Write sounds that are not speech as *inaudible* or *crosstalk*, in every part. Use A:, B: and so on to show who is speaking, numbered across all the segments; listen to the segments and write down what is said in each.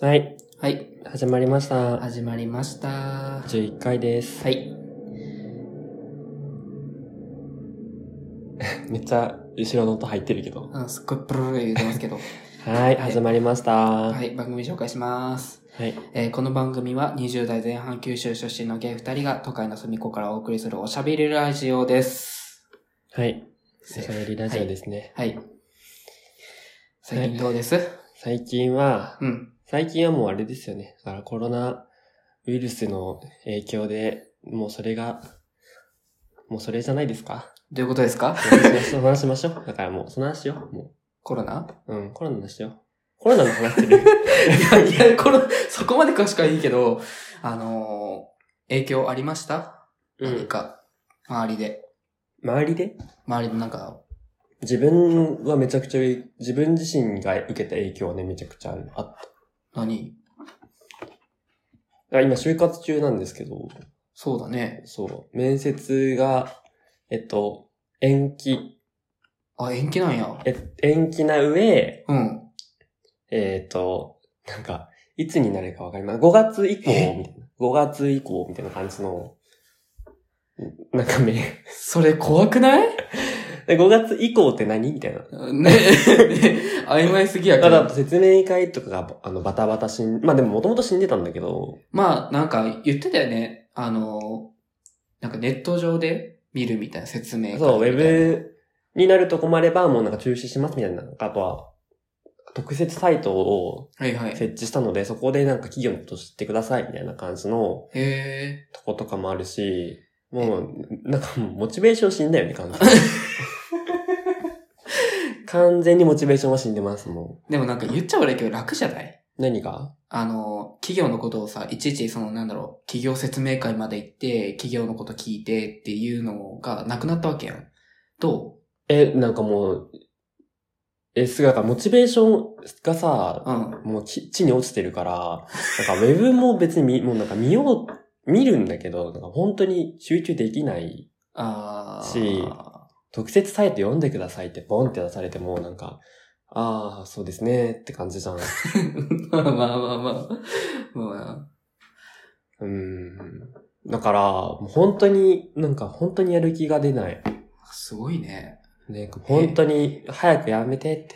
A: はい。
B: はい。
A: 始まりました。
B: 始まりました。は
A: 11回です。
B: い。
A: めっちゃ後ろの音入ってるけど。
B: あすっごいプルルル言ってます *laughs* けど。
A: はい。
B: はい
A: 始まりました。は
B: はい。番組紹介します。
A: い。
B: えーこの番組は20代前半九州出身のゲイ2人が都会の隅っこからお送りするおしゃべりラジオです。
A: はい。おしゃべりラジオですね。
B: はい。最近どうです、
A: 最近は、
B: うん。
A: 最近はもうあれですよね。だからコロナウイルスの影響で、もうそれが、もうそれじゃないですか。
B: どういうことですか
A: その話 *laughs* その話しましょう。だからもう、その話しよう。も
B: コロナ
A: う。うん、コロナの話しよう。コロナの話して *laughs* る。
B: *laughs* いや、いや、コロ、そこまで詳しくはいいけど、あのー影響ありました、
A: うん
B: 何。か、周りで。
A: 周りで
B: 周りのなんか、
A: 自分はめちゃくちゃ、自分自身が受けた影響はね、めちゃくちゃあるあっ
B: 何
A: た。あ今、就活中なんですけど、
B: そうだね。
A: そう、面接が、えっと、延期、
B: あ、延期なんや。
A: え延期な上、
B: うん。
A: えっと、なんか、いつになるかわかります。5月以降、みたいな。5月以降、みたいな感じの、んなんかめ、 *laughs*
B: それ怖くないね、
A: 5月以降って何みたいな。
B: ね曖昧すぎやけ
A: ただ
B: ど。
A: 説明会とかが、あの、バタバタしん、まあでももともと死んでたんだけど、
B: まあ、なんか言ってたよね。あの、なんかネット上で見るみたいな説明会みたいな。
A: そう、ウェブになると困れば、もうなんか中止しますみたいな、なんかあとは、特設サイトを
B: はいはい。へ
A: 設置したので、そこでなんか企業のこと知ってくださいみたいな感じの
B: え。
A: とことかもあるし、もう、なんかもうモチベーション死んだよね、完全に。完全にモチベーションは死んでます、も。
B: でもなんか言っちゃ悪いけど楽じゃないう
A: 何が
B: あの、企業のことをさ、いちいちそのなんだろう、企業説明会まで行って、企業のこと聞いてっていうのがなくなったわけやん。ど
A: え、なんかもう、え、すがか、モチベーションがさ
B: う、うん。
A: もうき地に落ちてるから、なんかウェブも別に見、 *laughs* もうなんか見よう、見るんだけど、なんか本当に集中できない。
B: あー
A: し
B: *laughs*
A: 特設サイト読んでくださいってボンって出されても、なんか、ああ、そうですねって感じじゃん。う
B: まあまあまあまあ。ま
A: ーん。だから、もう本当に、なんか本当にやる気が出ない。
B: あ、すごいね。
A: ね、本当に早くやめてって。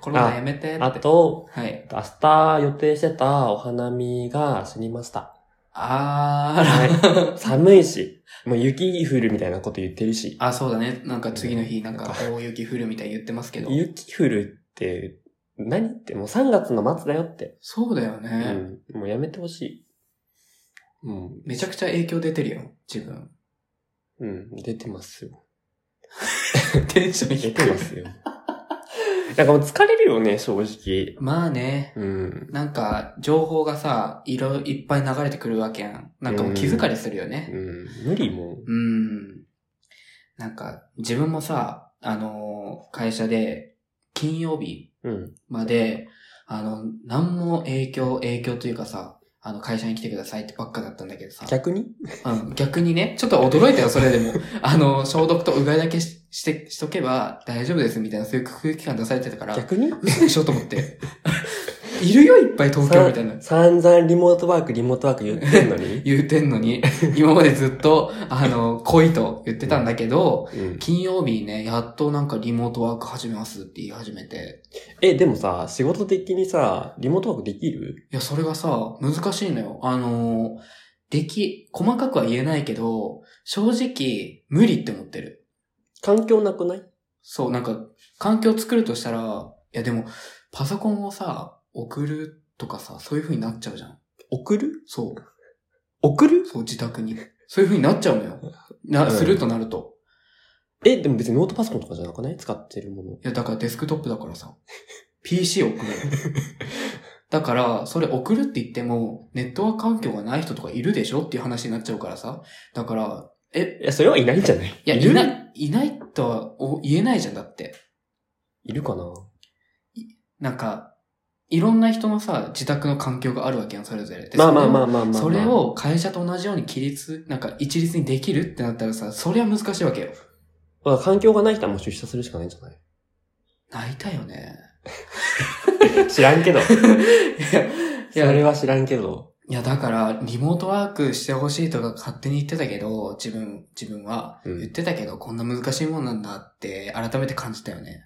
B: コロナやめてって。
A: あと、
B: はい。
A: 明日予定してたお花見が死にました。
B: あ
A: はい。寒いし、もう雪降るみたいなこと言ってるし
B: ー。 *laughs* あ、そうだね。なんか次の日、なんか大雪降るみたいに言ってますけど。
A: 雪降るって、何って、もう3月の末だよって。
B: そうだよね、
A: うん。もうやめてほしい。うん。
B: めちゃくちゃ影響出てるよ、自 *laughs* 分。
A: うん。出てますよ。
B: テンション低
A: 出
B: い
A: てますよ。なんかもう疲れるよね、正直。
B: *laughs* まあね。
A: うん。
B: なんか、情報がさ、いろ、いっぱい流れてくるわけやん。なんかもう気疲れするよね
A: う。ん。無理も
B: うん。なんか、自分もさ、あのー会社で、金曜日、
A: う。うん。
B: まで、あの、何も影響、影響というかさ、あの、会社に来てくださいってばっかだったんだけどさ。
A: 逆に
B: うん、逆にね、ちょっと驚いたよ、それで *laughs* も。あの、消毒とうがいだけしして、しとけば大丈夫ですみたいな、そういう空気感出されてたから、
A: 逆に *laughs*
B: 嘘でしょと思って。 *laughs* いるよ、いっぱい東京みたいな。
A: 散々リモートワーク、リモートワーク言ってんの
B: *laughs*
A: に。
B: 言うてんのに、今までずっと、あの、恋と言ってたんだけど、
A: うん。
B: 金曜日ね、やっとなんかリモートワーク始めますって言い始めて。
A: え、でもさ、仕事的にさ、リモートワークできる
B: いや、それがさ、難しいのよ。あのー、でき、細かくは言えないけど、正直、無理って思ってる。
A: 環境なくない
B: そう、なんか、環境作るとしたら、いやでも、パソコンをさ、送るとかさ、そういう風になっちゃうじゃん。
A: 送る
B: そ
A: 送る
B: う、そう、自宅に。そういう風になっちゃうのよ。
A: う
B: な、
A: ん
B: するとなると。
A: え、でも別にノートパソコンとかじゃなくない使ってるもの。
B: いや、だからデスクトップだからさ、PC 送るの
A: *laughs*
B: よ。だから、それ送るって言っても、ネットワーク環境がない人とかいるでしょっていう話になっちゃうからさ。だから、え、
A: いや、それはいないんじゃない
B: いや、
A: いる
B: いない、いないとはお言えないじゃん、だって。
A: いるかな
B: なんか、いろんな人のさ、自宅の環境があるわけやん、それぞれ。で
A: まあまあま
B: あ。
A: あまあまあまあ。
B: それを会社と同じように規律、なんか一律にできるってなったらさ、そりゃ難しいわけよ。
A: まあ、環境がない人はもう出社するしかないんじゃない
B: 泣いたよね。 *laughs*
A: 知らんけど。
B: いや
A: それは知らんけど。
B: いや、だから、リモートワークしてほしいとか勝手に言ってたけど、自分、自分は、
A: うん
B: 言ってたけど、こんな難しいもんなんだって、改めて感じたよね。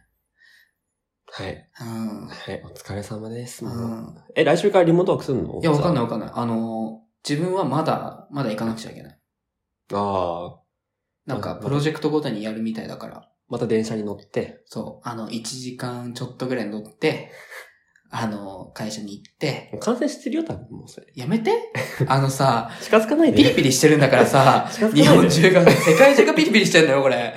A: はい。
B: うん。
A: はい。お疲れ様です。
B: うん。
A: え、来週からリモートワークするの。
B: いや、わかんないいわかんない。あの、自分はまだ、まだ行かなくちゃいけない。
A: ああ。
B: なん
A: ま
B: か、
A: だ
B: プロジェクトごとにやるみたいだから。
A: また電車に乗って。
B: そう。あの、1時間ちょっとぐらい乗って、あの、会社に行って、
A: もう完成してるよ、多分もうそれ。
B: やめてあのさ、
A: 近づかない
B: ピリ
A: で。
B: ピリしてるんだか
A: *laughs*
B: らさ、
A: 近づかないで
B: 日本中が、世界中がピリピリしてんだよ、これ。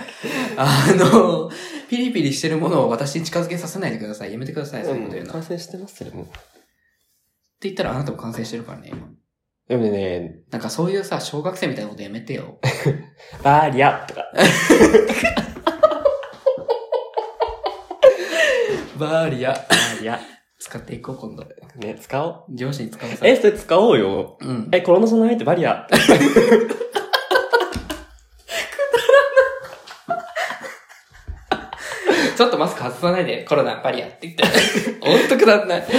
B: あの、ピリピリしてるものを私に近づけさせないでください。やめてください、そういうこと
A: う
B: 言うんの。っ
A: 完
B: て
A: 成してますよ、もう。
B: 言ったらあなたも完成してるからね、今。
A: でもね、
B: なんかそういうさ、小学生みたいなことやめてよ。
A: バーリアとか。
B: バーリア。
A: バーリア。
B: 使っていこう、今度。
A: ね、使おう。
B: 上司に使わさ
A: え、それ使おうよ。
B: うん。
A: え、転んだ備えってバリア。
B: ちょっとマスク外さないで、コロナバリアって言って。ほんとくだんない。
A: はい。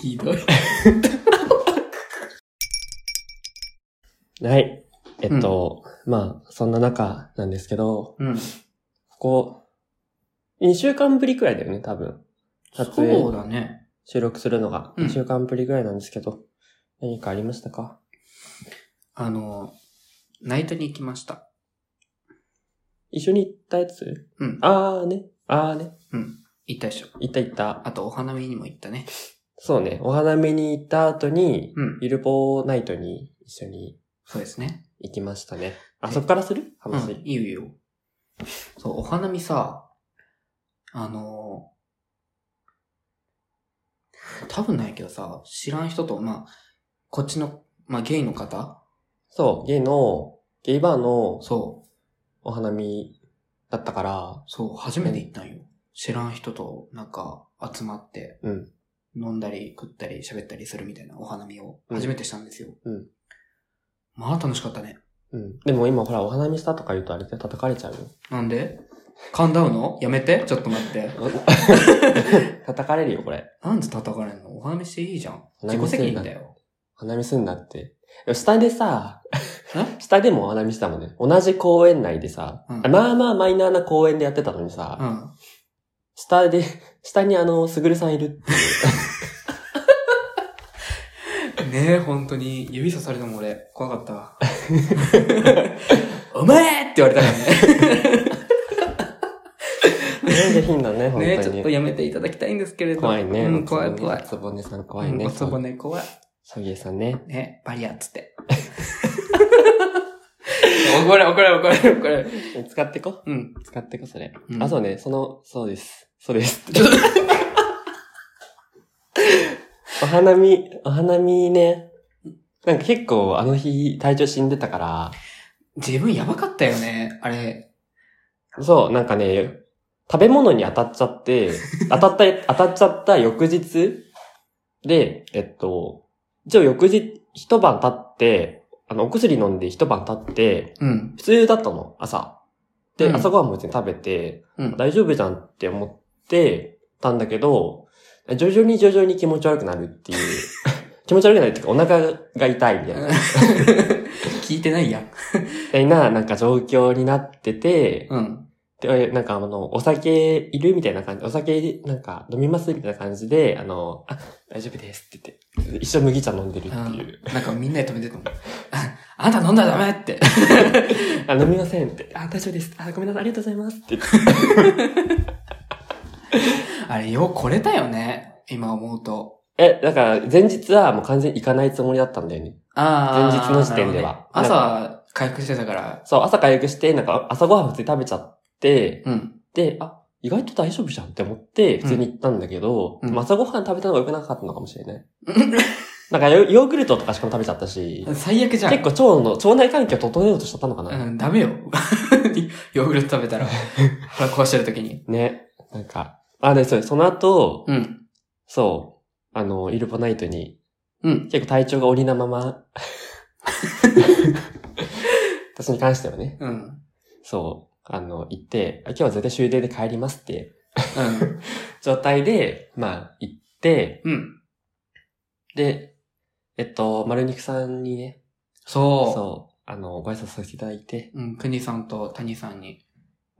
B: ひどい。
A: はい。えっと、まあ、そんな中なんですけど、
B: うん。
A: ここ、2週間ぶりくらいだよね、多分。撮
B: そ
A: 影
B: う、だね。
A: 収録するのが
B: うん
A: 2週間ぶりくらいなんですけど、何かありましたか
B: あの、ナイトに行きました。
A: 一緒に行ったやつ
B: うん。
A: あーね。あーね。
B: 行ったでしょ。
A: 行った行った。
B: あと、お花見にも行ったね。
A: そうね。お花見に行った後に、
B: うん。
A: ゆるぼーナイトに一緒に
B: そうですね。
A: 行きましたね。あ、
B: で
A: そっからする
B: うん
A: 話。
B: いいよいいよ。そう、お花見さ、あのー多分ないけどさ、知らん人と、まあ、こっちの、まあ、ゲイの方
A: そう、ゲイの、ゲイバーの
B: そ
A: お花見だったから
B: う、、そう、初めて行ったんよ。知らん人と、なんか、集まって、
A: うん。
B: 飲んだり食ったり喋ったりするみたいなお花見を
A: うん
B: 初めてしたんですよ。
A: うん
B: まあ楽しかったね。
A: うん。でも今ほら、お花見したとか言うとあれで叩かれ
B: *laughs*
A: ちゃうよ。 *laughs*
B: なんで噛んだうのやめてちょっと待って。
A: 叩かれるよ、これ。
B: なんで叩かれんのお花見していいじゃん。
A: お花
B: 自
A: 見
B: 己
A: して
B: 責
A: るん
B: 任
A: だ
B: だよ。
A: お花見すんなって。でも下でさ、
B: え
A: 下でもお花見したもんね。同じ公園内でさ、
B: うん
A: まあまあマイナーな公園でやってたのにさ、
B: うん。
A: 下で、下にあの、すぐるさんいる。
B: ねえ、本当に。指さされたもん俺、怖かったわ。 *laughs* お前って言われたからね。
A: なんでひんだね、本
B: ねえ、ち
A: 当
B: ょっ
A: に。
B: とやめていただきたいんですけれど。
A: 怖いね。
B: うん、怖い怖い。
A: つぼねさん怖いね。
B: うんおつぼね怖い。
A: そぎえさんね。
B: ね、バリアっつって。 *laughs* 怒られ、怒られ、怒られ、怒られ。
A: 使ってこ。
B: うん。
A: 使ってこ、それ。
B: うん
A: あ、そうね。その、そうです。そうです。お花見、お花見ね。なんか結構あの日体調死んでたから、
B: 自分やばかったよね、あれ。
A: そう、なんかね、食べ物に当たっちゃ
B: *laughs*
A: って、当たった、当たっちゃった翌日で、えっと、一応翌日、一晩経って、あの、お薬飲んで一晩経って、
B: うん。
A: 普通だったの、朝。で、
B: うん
A: 朝ごはんも別に食べて、
B: うん。
A: 大丈夫じゃんって思ってたんだけど、徐々に徐々に気持ち悪くなるっていう。
B: *laughs*
A: 気持ち悪くなるっていうか、お腹が痛いみたいな。み
B: 聞いてないやん。
A: たいな、なんか状況になってて、
B: うん。
A: で、なんかあの、お酒いるみたいな感じ、お酒なんか飲みますみたいな感じで、あの、あ、大丈夫ですって言って、一緒麦茶飲んでるっていう。
B: なんかみんなで止めてたもん。 *laughs* ああんた飲んだらダメって。
A: あ、飲みませんって。あ、大丈夫です。あ、ごめんなさい。ありがとうございますって言って。
B: あれ、ようこれたよね。今思うと。
A: え、だから前日はもう完全に行かないつもりだったんだよね。前
B: ああ。
A: 日の時点では
B: なるほどね朝、回復してたから。
A: そう、朝回復して、なんか朝ごはん普通に食べちゃって、
B: うん。
A: で、あ、意外と大丈夫じゃんって思って、普通に行ったんだけど、
B: うん
A: まあ朝ごはん食べたのが良くなかったのかもしれない。なんかヨヨーグルトとかしかも食べちゃったし、
B: 最悪じゃん。
A: 結構腸の、腸内環境整えようとしちゃったのかな。
B: うん、ダメよ。 *laughs* ヨーグルト食べたら。腹壊してる時に。
A: ね。なんか、あ、で、そう、その後、
B: うん。
A: そう、あの、イルポナイトに、
B: うん。
A: 結構体調が折りなまま、 *laughs* 私に関してはね、
B: うん。うん。
A: そう、あの、行って、あ今日は絶対終電で帰りますって、状態で、まあ、行って、
B: うん。
A: で、えっと、丸肉さんにね、
B: そ
A: そう、あの、ご挨拶させていただいて、
B: う。うん、国さんと谷さ
A: *laughs*
B: んに。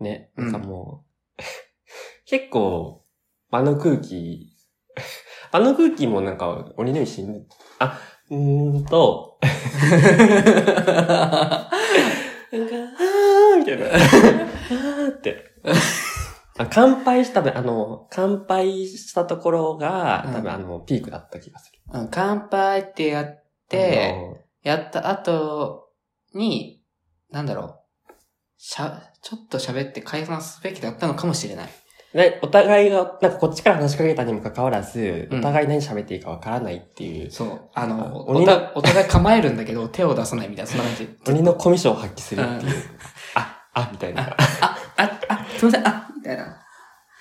A: ね、
B: う
A: なんんかもう、 *laughs* 結構、あの空気、 *laughs* あの空気もなんか、鬼の意死ぬ。あ、うーんと、なんか、あーみたいな。あーって。あ乾杯した、あの、乾杯したところが、多分あの、ピークだった気がする。
B: うん乾杯ってやって、、やった後に、なんだろう。しゃ、ちょっと喋って解散すべきだったのかもしれない。
A: ね、お互いが、なんかこっちから話しかけたにもかかわらず、
B: うん
A: お互い何喋っていいかわからないっていう、
B: そう。あの、
A: 鬼
B: お
A: の
B: たお互い構えるんだけど、手を出さないみたいな、そんな感じ。
A: 鬼のコミュ障を発揮す
B: う
A: るってい
B: ん
A: う。あ、あ、みたいな。
B: あ、あ、すいません、あ、みたいな。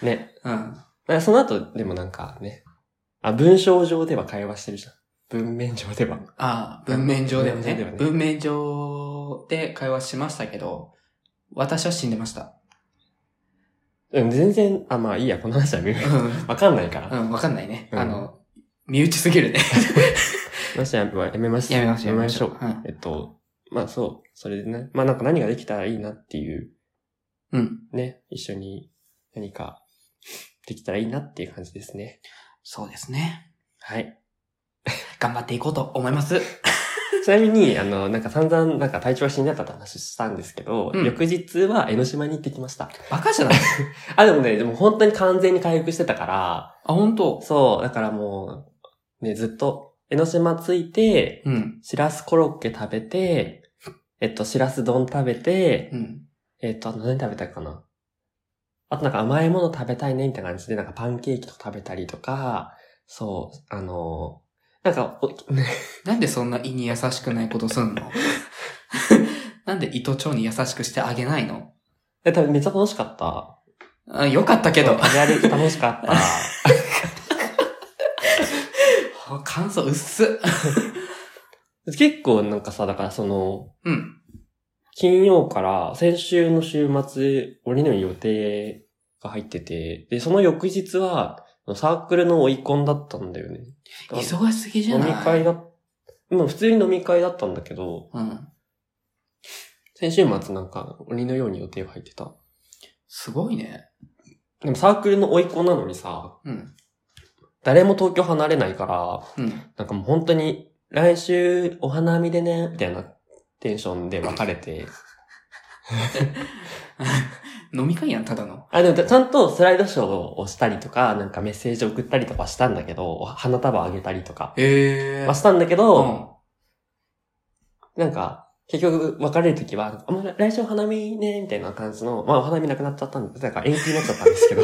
A: ね。
B: うん。
A: なんかその後、でもなんかね、あ、文章上では会話してるじゃん。文面上では。
B: ああ、文面上でもね
A: 文面上では。ね
B: 文面上で会話しましたけど、私は死んでました。
A: *laughs* うん、全然、あ、まあいいや、この話は文
B: う
A: 面
B: *laughs* ん。
A: わかんないから。
B: うん、わかんないね。
A: うん
B: あの、身内す
A: *laughs*
B: ぎるね。
A: 話はやめます。
B: やめましょう。
A: やめましょう。
B: うん。
A: えっと、まあそう、それでね、まあなんか何ができたらいいなっていう、
B: うん。
A: ね、一緒に何かできたらいいなっていう感じですね。
B: そうですね。
A: はい。
B: 頑張っていこうと思います。
A: ちなみに、あの、なんか散々、なんか体調が死んじゃったって話したんですけど、
B: うん
A: 翌日は江ノ島に行ってきました。
B: バカじゃない
A: あ、でもね、でも本当に完全に回復してたから、
B: あ、本当
A: そう、だからもう、ね、ずっと、江ノ島着いて、
B: うん。
A: しらすコロッケ食べて、えっと、しらす丼食べて、
B: うん。
A: えっ、と、あの、何食べたいかな。あとなんか甘いもの食べたいね、みたいな感じで、なんかパンケーキとか食べたりとか、そう、あのーなんかお、
B: なんでそんな胃に優しくないことすんの
A: *laughs*
B: なんで胃と腸に優しくしてあげないの
A: え多分めっちゃ楽しかった。
B: あよかったけど。
A: 食べ歩き楽しか
B: *laughs*
A: った。
B: 感想薄っ。
A: 結構なんかさ、だからその、
B: うん。
A: 金曜から先週の週末、俺の予定が入ってて、で、その翌日は、サークルの追い込んだったんだよね。
B: 忙しすぎじゃ
A: 飲
B: ない
A: み会だ、まあ普通に飲み会だったんだけど、
B: うん。
A: 先週末なんか鬼のように予定が入ってた。
B: すごいね。
A: でもサークルの甥いっ子なのにさ、
B: うん。
A: 誰も東京離れないから、
B: うん。
A: なんかもう本当に、来週お花見でね、みたいなテンションで別れて。
B: 飲み会やん、ただの。
A: あ、でもちゃんとスライドショーをしたりとか、なんかメッセージ送ったりとかしたんだけど、花束あげたりとか。
B: へえ
A: はしたんだけ
B: う
A: ど、
B: ん。
A: なんか、結局別れるときは、あもう来週お花見ね、みたいな感じの、まあお花見なくなっちゃったんです。だから延期になっちゃったんです
B: *laughs*
A: けど。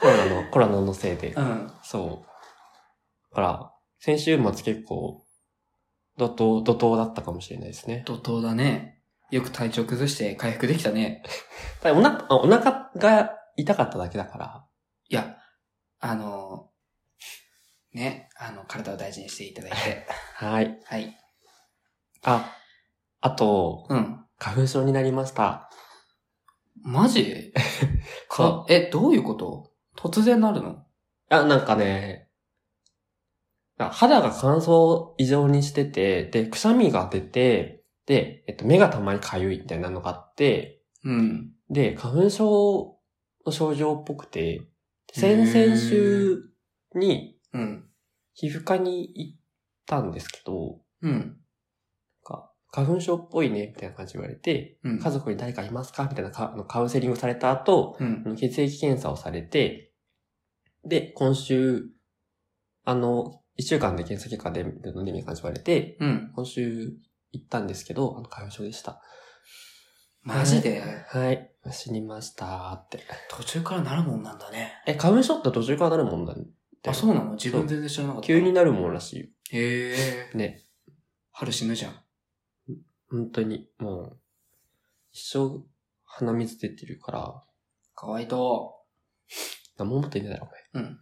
A: コロナの、コロナのせいで。
B: うん。
A: そう。だから、先週末結構、怒涛、怒涛だったかもしれないですね。
B: 怒涛だね。よく体調崩して回復できたね。
A: ただおなお腹が痛かっただけだから。
B: いや、あの、ね、あの、体を大事にしていただい
A: *laughs*
B: て。
A: はい。
B: はい。
A: あ、あと、
B: うん。
A: 花粉症になりました。
B: マジか
A: そ、
B: え、どういうこと突然なるの
A: あ、なんかね、あ肌が乾燥異常にしてて、で、くしゃみが出て、で、えっと、目がたまにかゆいみたいなのがあって、
B: うん。
A: で、花粉症の症状っぽくて、
B: へ
A: 先
B: ー
A: 々週に
B: うん。
A: 皮膚科に行ったんですけど、
B: うん。
A: なんか花粉症っぽいね、みたいな感じで言われて、
B: うん。
A: 家族に誰かいますかみたいなかあのカウンセリングされた後、
B: うん
A: あ。の血液検査をされて、で、今週、あの、一週間で検査結果出るので、みたいな感じで言われて、
B: うん。
A: 今週行ったんですけど、あの、花粉症でした。
B: マジで、
A: はい、死にましたーって。
B: 途中からなるもんなんだね。
A: え、花粉症って途中からなるもんだね。
B: あ、そうなの自分全然知らなかった。
A: 急に。なるもんらしいよ。
B: へえ。
A: ね。
B: 春死ぬじゃん。
A: 本当に、もう、一生鼻水出てるから、
B: かわいと
A: 何も持ってんだよ、お前。
B: うん。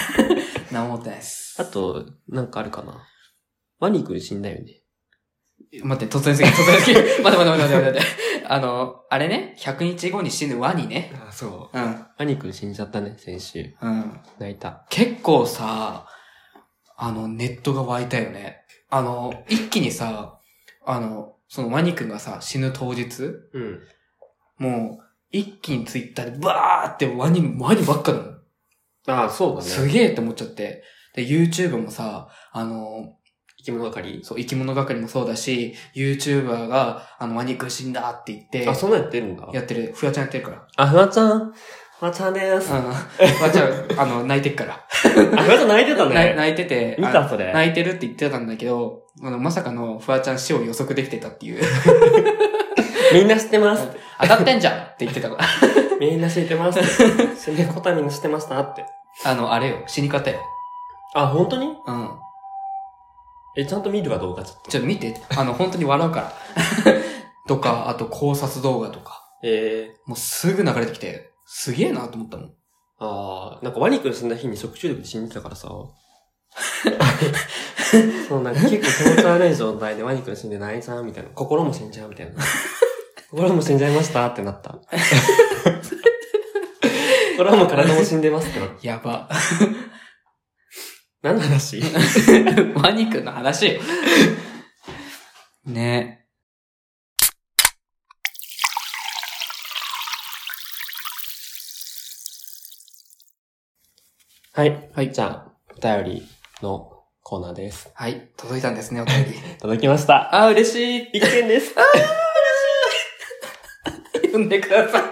B: 何も思ってないです。
A: あと、なんかあるかな。ワニ君死んだよね。
B: 待って、突然すぎる、突然すぎる。 *laughs* 待って待って待って待って待って。あの、あれね、100日後に死ぬワニね。
A: あ、そう。
B: うん。
A: ワニ君死んじゃったね、先週。
B: うん。
A: 泣いた。
B: 結構さ、あの、ネットが湧いたよね。あの、一気にさ、あの、そのワニ君がさ、死ぬ当日、
A: うん。
B: もう、一気にツイッターでバーってワニ、ワニばっかだもん。
A: ああ、そうだ
B: す
A: ね。
B: げえって思っちゃって。で、YouTube もさ、あの、
A: 生き物係
B: そう、生き物係もそうだし、YouTuber が、あの、ワニ君死んだって言って、
A: あ、そんなんやってるんだ。
B: やってる、フワちゃんやってるから。
A: あ、ふわちゃん。ふわちゃんです。
B: あの、フワちゃん、あの、泣いてっから。
A: あ、ふわちゃん泣いてた
B: 泣い
A: ね。
B: 泣いてて、
A: 見
B: あ
A: たそれ。
B: 泣いてるって言ってたんだけど、あの、まさかのフワちゃん死を予測できてたっていう。
A: みんな知ってます。
B: 当たってんじゃんって言ってたから。
A: みんな知ってます。
B: *laughs*
A: 死ねこたみんな知ってましたって。
B: あの、あれよ、死に方よ。
A: あ、本当に
B: うん。
A: え、ちゃんと見るかどうかちょっと。
B: ちょっと見て、あの、本当に笑うから。とか、あと考察動画とか。
A: え
B: もうすぐ流れてきて、すげえなと思ったもん。
A: ー、あー、なんかワニ君死んだ日に食中毒で死んでたから *laughs* さ。そう、なんか結構気持ち悪い状態でワニ君死んで泣いちゃうみたいな。心も死んじゃうみたいな。心も死んじゃいましたってな *laughs* った。心も体も死んでますってなった。
B: やば。
A: 何の話
B: ワニ君の話よ。ね
A: はい。はい。じゃあ、お便りのコーナーです。
B: はい、届いたんですね、お便り。
A: 届きました。
B: あ、嬉しい。
A: 一見です。
B: 読んでください。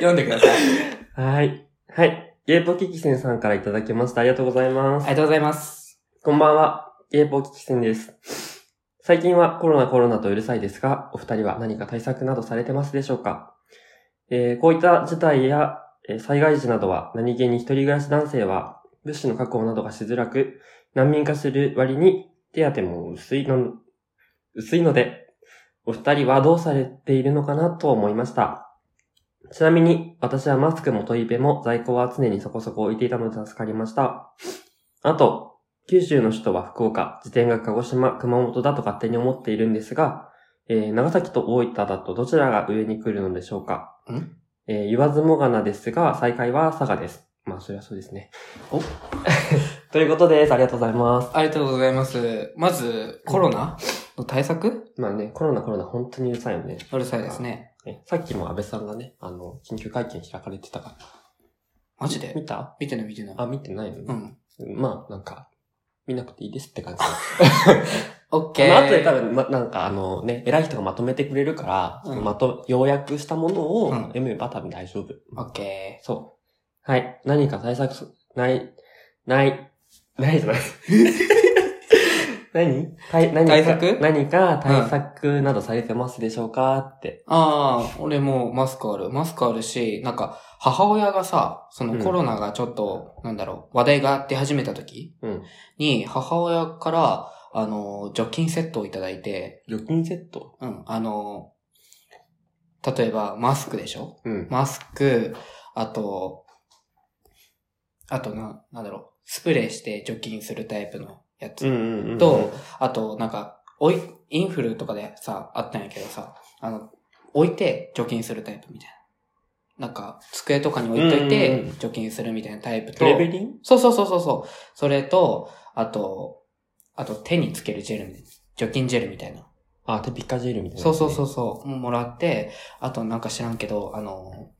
B: 読んでください。あ
A: はい。はい。ゲーポキキセンさんからいただきました。ありがとうございます
B: り。がとうございます。
A: こんばんは。ゲーポキキセンです。最近はコロナコロナとうるさいですが、お二人は何か対策などされてますでしょうか、えーこういった事態や、えー災害時などは何気に一人暮らし男性は物資の確保などがしづらく、難民化する割に手当も薄いの、薄いので、お二人はどうされているのかなと思いました。ちなみに、私はマスクもトイペも在庫は常にそこそこ置いていたので助かりました。あと、九州の首都は福岡、自転が鹿児島、熊本だと勝手に思っているんですが、えー長崎と大分だとどちらが上に来るのでしょうか
B: ん
A: えー言わずもがなですが、最下位は佐賀です。まあ、そりゃそうですね。
B: お
A: *laughs* ということです。ありがとうございます。
B: ありがとうございます。まず、コロナの対策
A: まあね、コロナコロナ本当にうるさいよね。
B: うるさいですね。
A: ねさっきも安倍さんがね、あの、緊急会見開かれてたから。
B: マジで
A: 見た
B: 見てない見てない。
A: あ、見てないの、
B: うん。
A: まあ、なんか、見なくていいですって感じ。
B: オッケ
A: あ
B: ー。
A: の後で多分、ま、なんかあのね、偉い人がまとめてくれるから、
B: うん
A: まと、要約したものを
B: うん
A: 読めば多分大丈夫。
B: オッケ
A: そう。はい。何か対策す、ない、ない、ないじゃない。
B: *laughs*
A: 何対何か
B: 対策
A: 何か対策などされてますでしょうかって。
B: ー。ああ、俺もうマスクある。マスクあるし、なんか、母親がさ、そのコロナがちょっと、なんだろう、話題が出始めた時
A: うん。
B: に、母親から、あの、除菌セットをいただいて、
A: 除菌セット
B: うん、あの、例えば、マスクでしょ
A: うん。
B: マスク、あと、あとな、なんだろう、スプレーして除菌するタイプのやつ。
A: うんうんうん。
B: と、あと、なんか、おい、インフルとかでさ、あったんやけどさ、あの、置いて除菌するタイプみたいな。なんか、机とかに置いと
A: う
B: い
A: んうん
B: て
A: うん
B: 除菌するみたいなタイプ
A: ク
B: と、
A: レベリン
B: そうそうそうそうそう。それと、あと、あと手につけるジェルみたいな。除菌ジェルみたいな。
A: あ、テピカジェルみたいな、。
B: そうそうそううそう。もらって、あとなんか知らんけど、あの、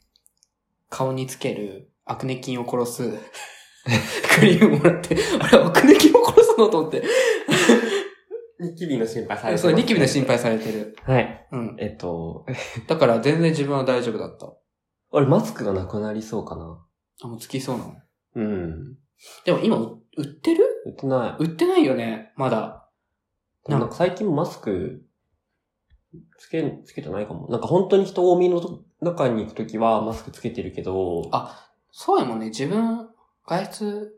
B: 顔につけるアクネ菌を殺
A: *laughs*
B: すクリームもらって、あれ、アクネ菌を殺すのと思って。
A: ニキビの心配されて
B: そう、ニキビの
A: 心
B: 心配されてる。
A: 配。はい。
B: うん。
A: えっと、
B: だから全然自分は大丈夫だった。
A: 俺マスクがなくなりそうかな。
B: あ、もうつきそうなの。
A: うん。
B: でも今、う売ってる
A: 売ってない。
B: 売ってないよね、まだ。
A: なんか最近マスク、つけ、つけてないかも。なんか本当に人多めのと中に行くときはマスクつけてるけど、
B: あそうやもんね、自分、外出、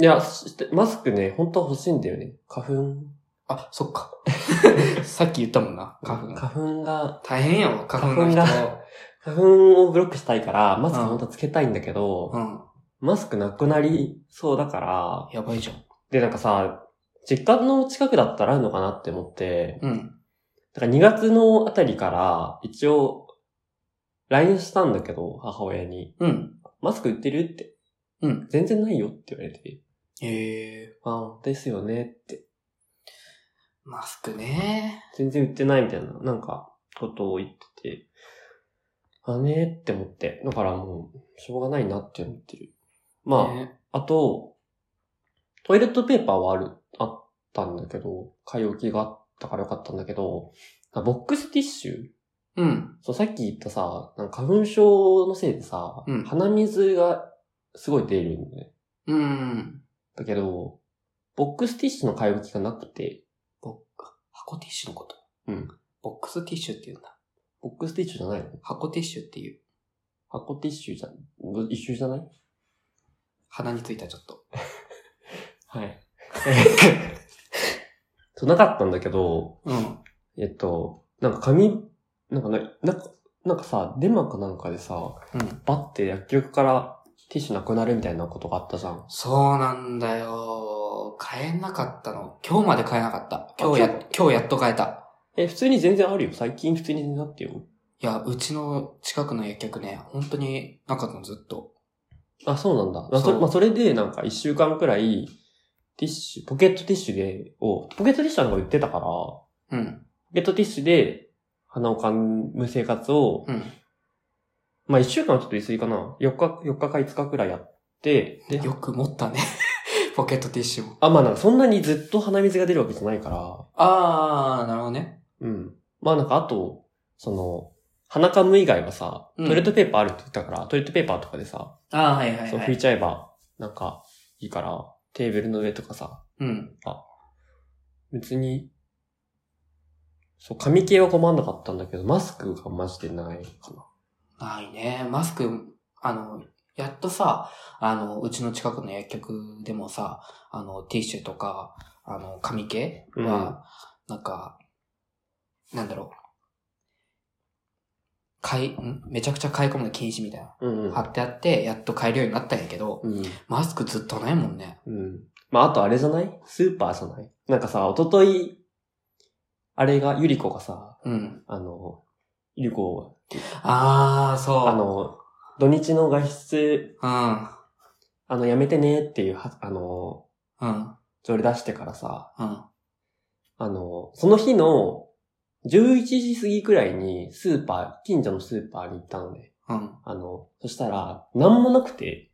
A: いや、してマスクね、本当は欲しいんだよね。花粉。
B: あ、そっ *laughs* か。さっき言ったもんな、花粉が。
A: 花粉が、
B: 大変やわ、花粉の人
A: 花。花粉をブロックしたいから、マスク本当はつけたいんだけど
B: う、ん。
A: マスクなくなりそうだから、
B: やばいじゃん。
A: で、なんかさ、実家の近くだったらあるのかなって思って、
B: うん。
A: だから2月のあたりから、一応、LINE したんだけど、母親に。
B: うん。
A: マスク売ってるって。
B: うん。
A: 全然ないよって言われて。
B: ええ
A: あですよねって。
B: マスクね。
A: 全然売ってないみたいな、なんか、ことを言ってて。あねーって思って。だからもう、しょうがないなって思ってる。まあ、
B: ね
A: あと、トイレットペーパーはある、あったんだけど、買い置きがあったからよかったんだけど、ボックスティッシュ
B: うん。
A: そう、さっき言ったさ、なんか花粉症のせいでさ、
B: うん
A: 鼻水がすごい出るんだよね。
B: うん。
A: だけど、ボックスティッシュの買い置きがなくて、
B: ボッ箱ティッシュのこと。
A: うん。
B: ボックスティッシュって言うんだ。
A: ボックスティッシュじゃないの
B: 箱ティッシュっていう。
A: 箱ティッシュじゃ、一周じゃない
B: 鼻についたちょっと。
A: はい。 *laughs* そう、なかったんだけど、
B: うん。
A: えっと、なんか紙、なんかな、なんか、なんかさ、デマかなんかでさ、
B: うん。
A: バッて薬局からティッシュなくなるみたいなことがあったじゃん。
B: そうなんだよ。買えなかったの。今日まで買えなかった。今日
A: あ
B: や、今日やっと買えた。
A: え、普通に全然あるよ。最近普通になってよ。
B: いや、うちの近くの薬局ね、本当になかったのずっと。
A: あ、そうなんだ。まあ、
B: そう
A: そまあ、それで、なんか、一週間くらい、ティッシュ、ポケットティッシュで、を、ポケットティッシュなんか売ってたから、ポ
B: うん。
A: ケットティッシュで、鼻をかむ生活を、
B: うん。
A: まあ、一週間はちょっと言い過ぎかな。4日、4日か5日くらいやって、で、
B: よく持ったね。 *laughs* ポケットティッシュも。
A: あ、まあ、なんか、そんなにずっと鼻水が出るわけじゃないか
B: あー、なるほどね。
A: ら、うん。まあ、なんか、あと、その、鼻かむ以外はさ、
B: う
A: ト
B: ん
A: イレットペーパーあるって言ったから、トイレットペーパーとかでさ、
B: あー、はいはい
A: そう、
B: は
A: 拭い
B: い。
A: ちゃえば、なんか、いいから、テーブルの上とかさ、
B: うん。
A: 別に、そう、髪系は困んなかったんだけど、マスクがマジでないかな。
B: ないね。マスク、あの、やっとさ、あの、うちの近くの薬局でもさ、あの、ティッシュとか、あの、紙系は、なんか、なんだろう。買い、んめちゃくちゃ買い込むの禁止みたいな。
A: うん、うん。
B: 貼ってあって、やっと買えるようになったんやけど、
A: うん。
B: マスクずっとないもんね。
A: うん。まあ、あとあれじゃないスーパーじゃないなんかさ、一昨日あれが、ゆりこがさ、
B: うん。
A: あの、ゆりこ、
B: あー、そう。
A: あの、土日の外出、あの、やめてねっていうは、あの、
B: うん。うん。
A: 条例出してからさ、
B: うん。
A: あの、その日の11時過ぎくらいに、スーパー、近所のスーパーに行ったのね。
B: うん。
A: あの、そしたら、なんもなくて、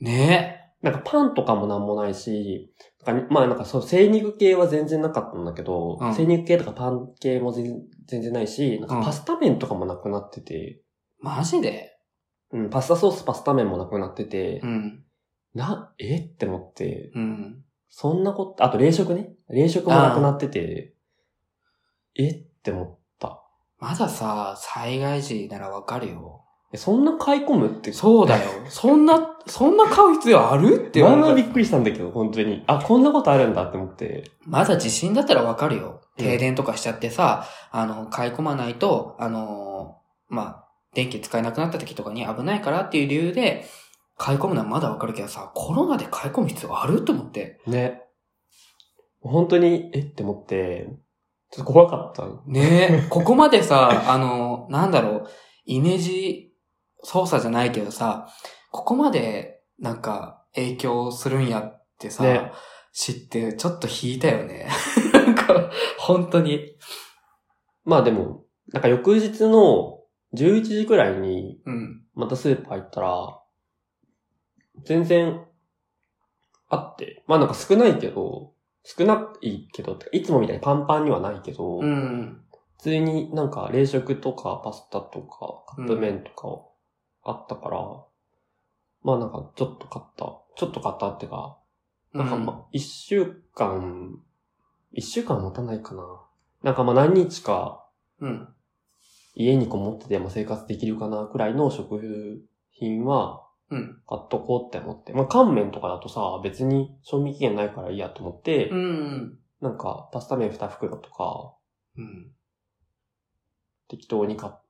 B: ね
A: なんかパンとかもなんもないし、なんかまあなんかそう、生肉系は全然なかったんだけど、
B: うん
A: 生肉系とかパン系も全然全然ないし、なんかパスタ麺とかもなくなってて、
B: え。マジで
A: うん、パスタソースパスタ麺もなくなってて、
B: うん。
A: な、えって思って、
B: うん。
A: そんなこと、あと冷食ね。冷食もなくなってて、えって思った。
B: まださ、災害時ならわかるよ。
A: えそんな買い込むって、
B: そうだよ。そんな、そんな買う必要あるって
A: まあ
B: 思
A: まあびっ。
B: う
A: くりしたんだけど、本当に。あ、こんなことあるんだって思って。
B: まだ地震だったらわかるよ。
A: うん
B: 停電とかしちゃってさ、あの、買い込まないと、あのー、まあ、電気使えなくなった時とかに危ないからっていう理由で、買い込むのはまだわかるけどさ、コロナで買い込む必要あると思って。
A: ね。本当に、えって思って、ちょっと怖かった。
B: ねえ、ここまでさ、あの、なんだろう、イメージ操作じゃないけどさ、ここまでなんか影響するんやってさ、
A: ね
B: 知ってちょっと引いたよね。 *laughs* なんか、本当に。
A: まあでも、なんか翌日の11時くらいに、
B: うん。
A: またスーパー行ったら、全然、あって。まあなんか少ないけど、少ないけど、いつもみたいにパンパンにはないけど、
B: う
A: 普
B: ん。
A: 通になんか冷食とかパスタとかカップ麺とかあったから、まあなんかちょっと買った。ちょっと買ったってか、なんかまあ、一週間、一週間は持たないかな。なんかまあ何日か
B: うん。
A: 家にこもってても生活できるかなくらいの食品は
B: うん。
A: 買っとこうって思って。まあ乾麺とかだとさ、別に賞味期限ないからいいやと思って、
B: うん。
A: なんかパスタ麺2袋とか
B: うん。
A: 適当に買っ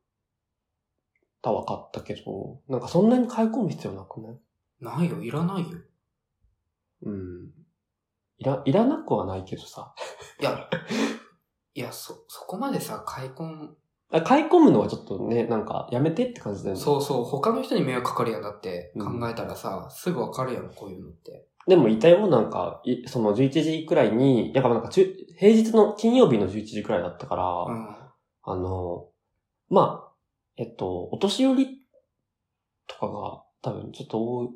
A: たは買ったけど、なんかそんなに買い込む必要なくない
B: ないよ、いらないよ。
A: うん。いら、いらなくはないけどさ。
B: いや、いや、そ、そこまでさ、開墾、
A: あ買い込むのはちょっとね、なんかやめてって感じだよね。
B: そうそう、他の人に迷惑かかるやんだって
A: う
B: 考
A: ん
B: えたらさ、すぐわかるやん、こういうのって。
A: でもいたよ、なんか、いその11時くらいに、やっぱなんか中、平日の金曜日の11時くらいだったから、
B: うん。
A: あの、まあ、えっと、お年寄りとかが多分ちょっと多い。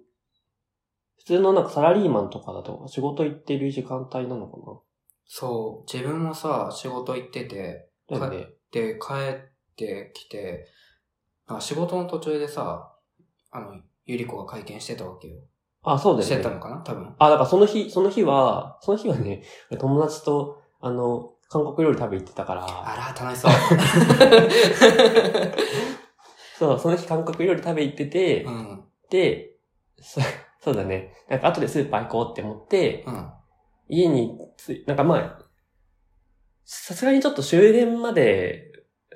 A: 普通のなんかサラリーマンとかだと仕事行ってる時間帯なのか
B: そう、自分もさ、仕事行ってて、
A: なだよね。
B: で、帰ってきて、なんか仕事の途中でさ、あの、ゆり子が会見してたわけよ。
A: あ、そうだ
B: してた
A: よね。
B: のかな多分。
A: あ、だからその日、その日は、その日はね、友達と、あの、韓国料理食べ行ってたから、
B: あら、
A: *laughs*
B: 楽しそう。
A: そう、その日韓国料理食べ行ってて、
B: うん、
A: で、そ *laughs* そうだね。なんか後でスーパー行こうって思って、
B: うん、
A: 家につい、なんかまあ、さすがにちょっと終電まで、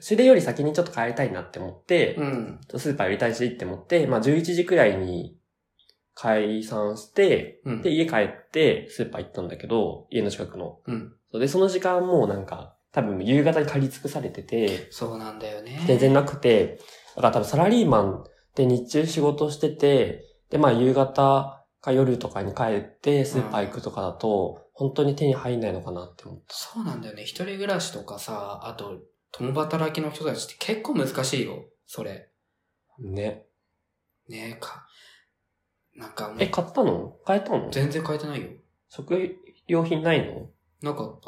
A: 終電より先にちょっと帰りたいなって思って、
B: うん、
A: スーパー寄りたいしって思って、まあ11時くらいに解散して、
B: うん。
A: で、家帰ってスーパー行ったんだけど、家の近くの。
B: うん
A: そうで、その時間もうなんか、多分夕方に借り尽くされてて、
B: そうなんだよね。
A: 全然なくて、だから多分サラリーマンで日中仕事してて、で、まあ夕方か夜とかに帰ってスーパー行くとかだと、本当に手に入んないのかなって思って。
B: そうなんだよね。一人暮らしとかさ、あと、共働きの人たちって結構難しいよ。それ。
A: ね。
B: ねえか。なんかもう
A: え、、買ったの買えたの
B: 全然変えてないよ。
A: 食料品ないの
B: なかっ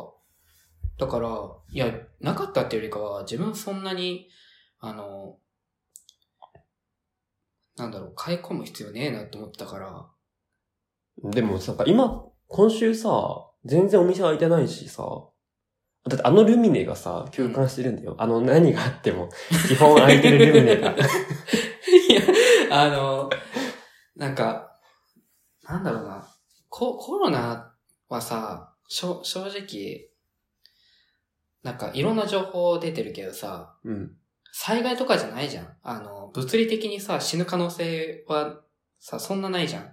B: た。だから、いや、なかったっていうよりかは、自分そんなに、あの、なんだろう、買い込む必要ねえなって思ってたから、
A: でもさ、今、今週さ、全然お店開いてないしさ、だってあのルミネがさ、休館してるんだよ。あの何があっても、基本開いてるルミネが。
B: いや、 *laughs* あの、なんか、なんだろうな、ココロナはさ、しょ正直、なんかいろんな情報出てるけどさ、
A: *laughs* うん。
B: 災害とかじゃないじゃん。あの、物理的にさ、死ぬ可能性はさ、そんなないじゃん。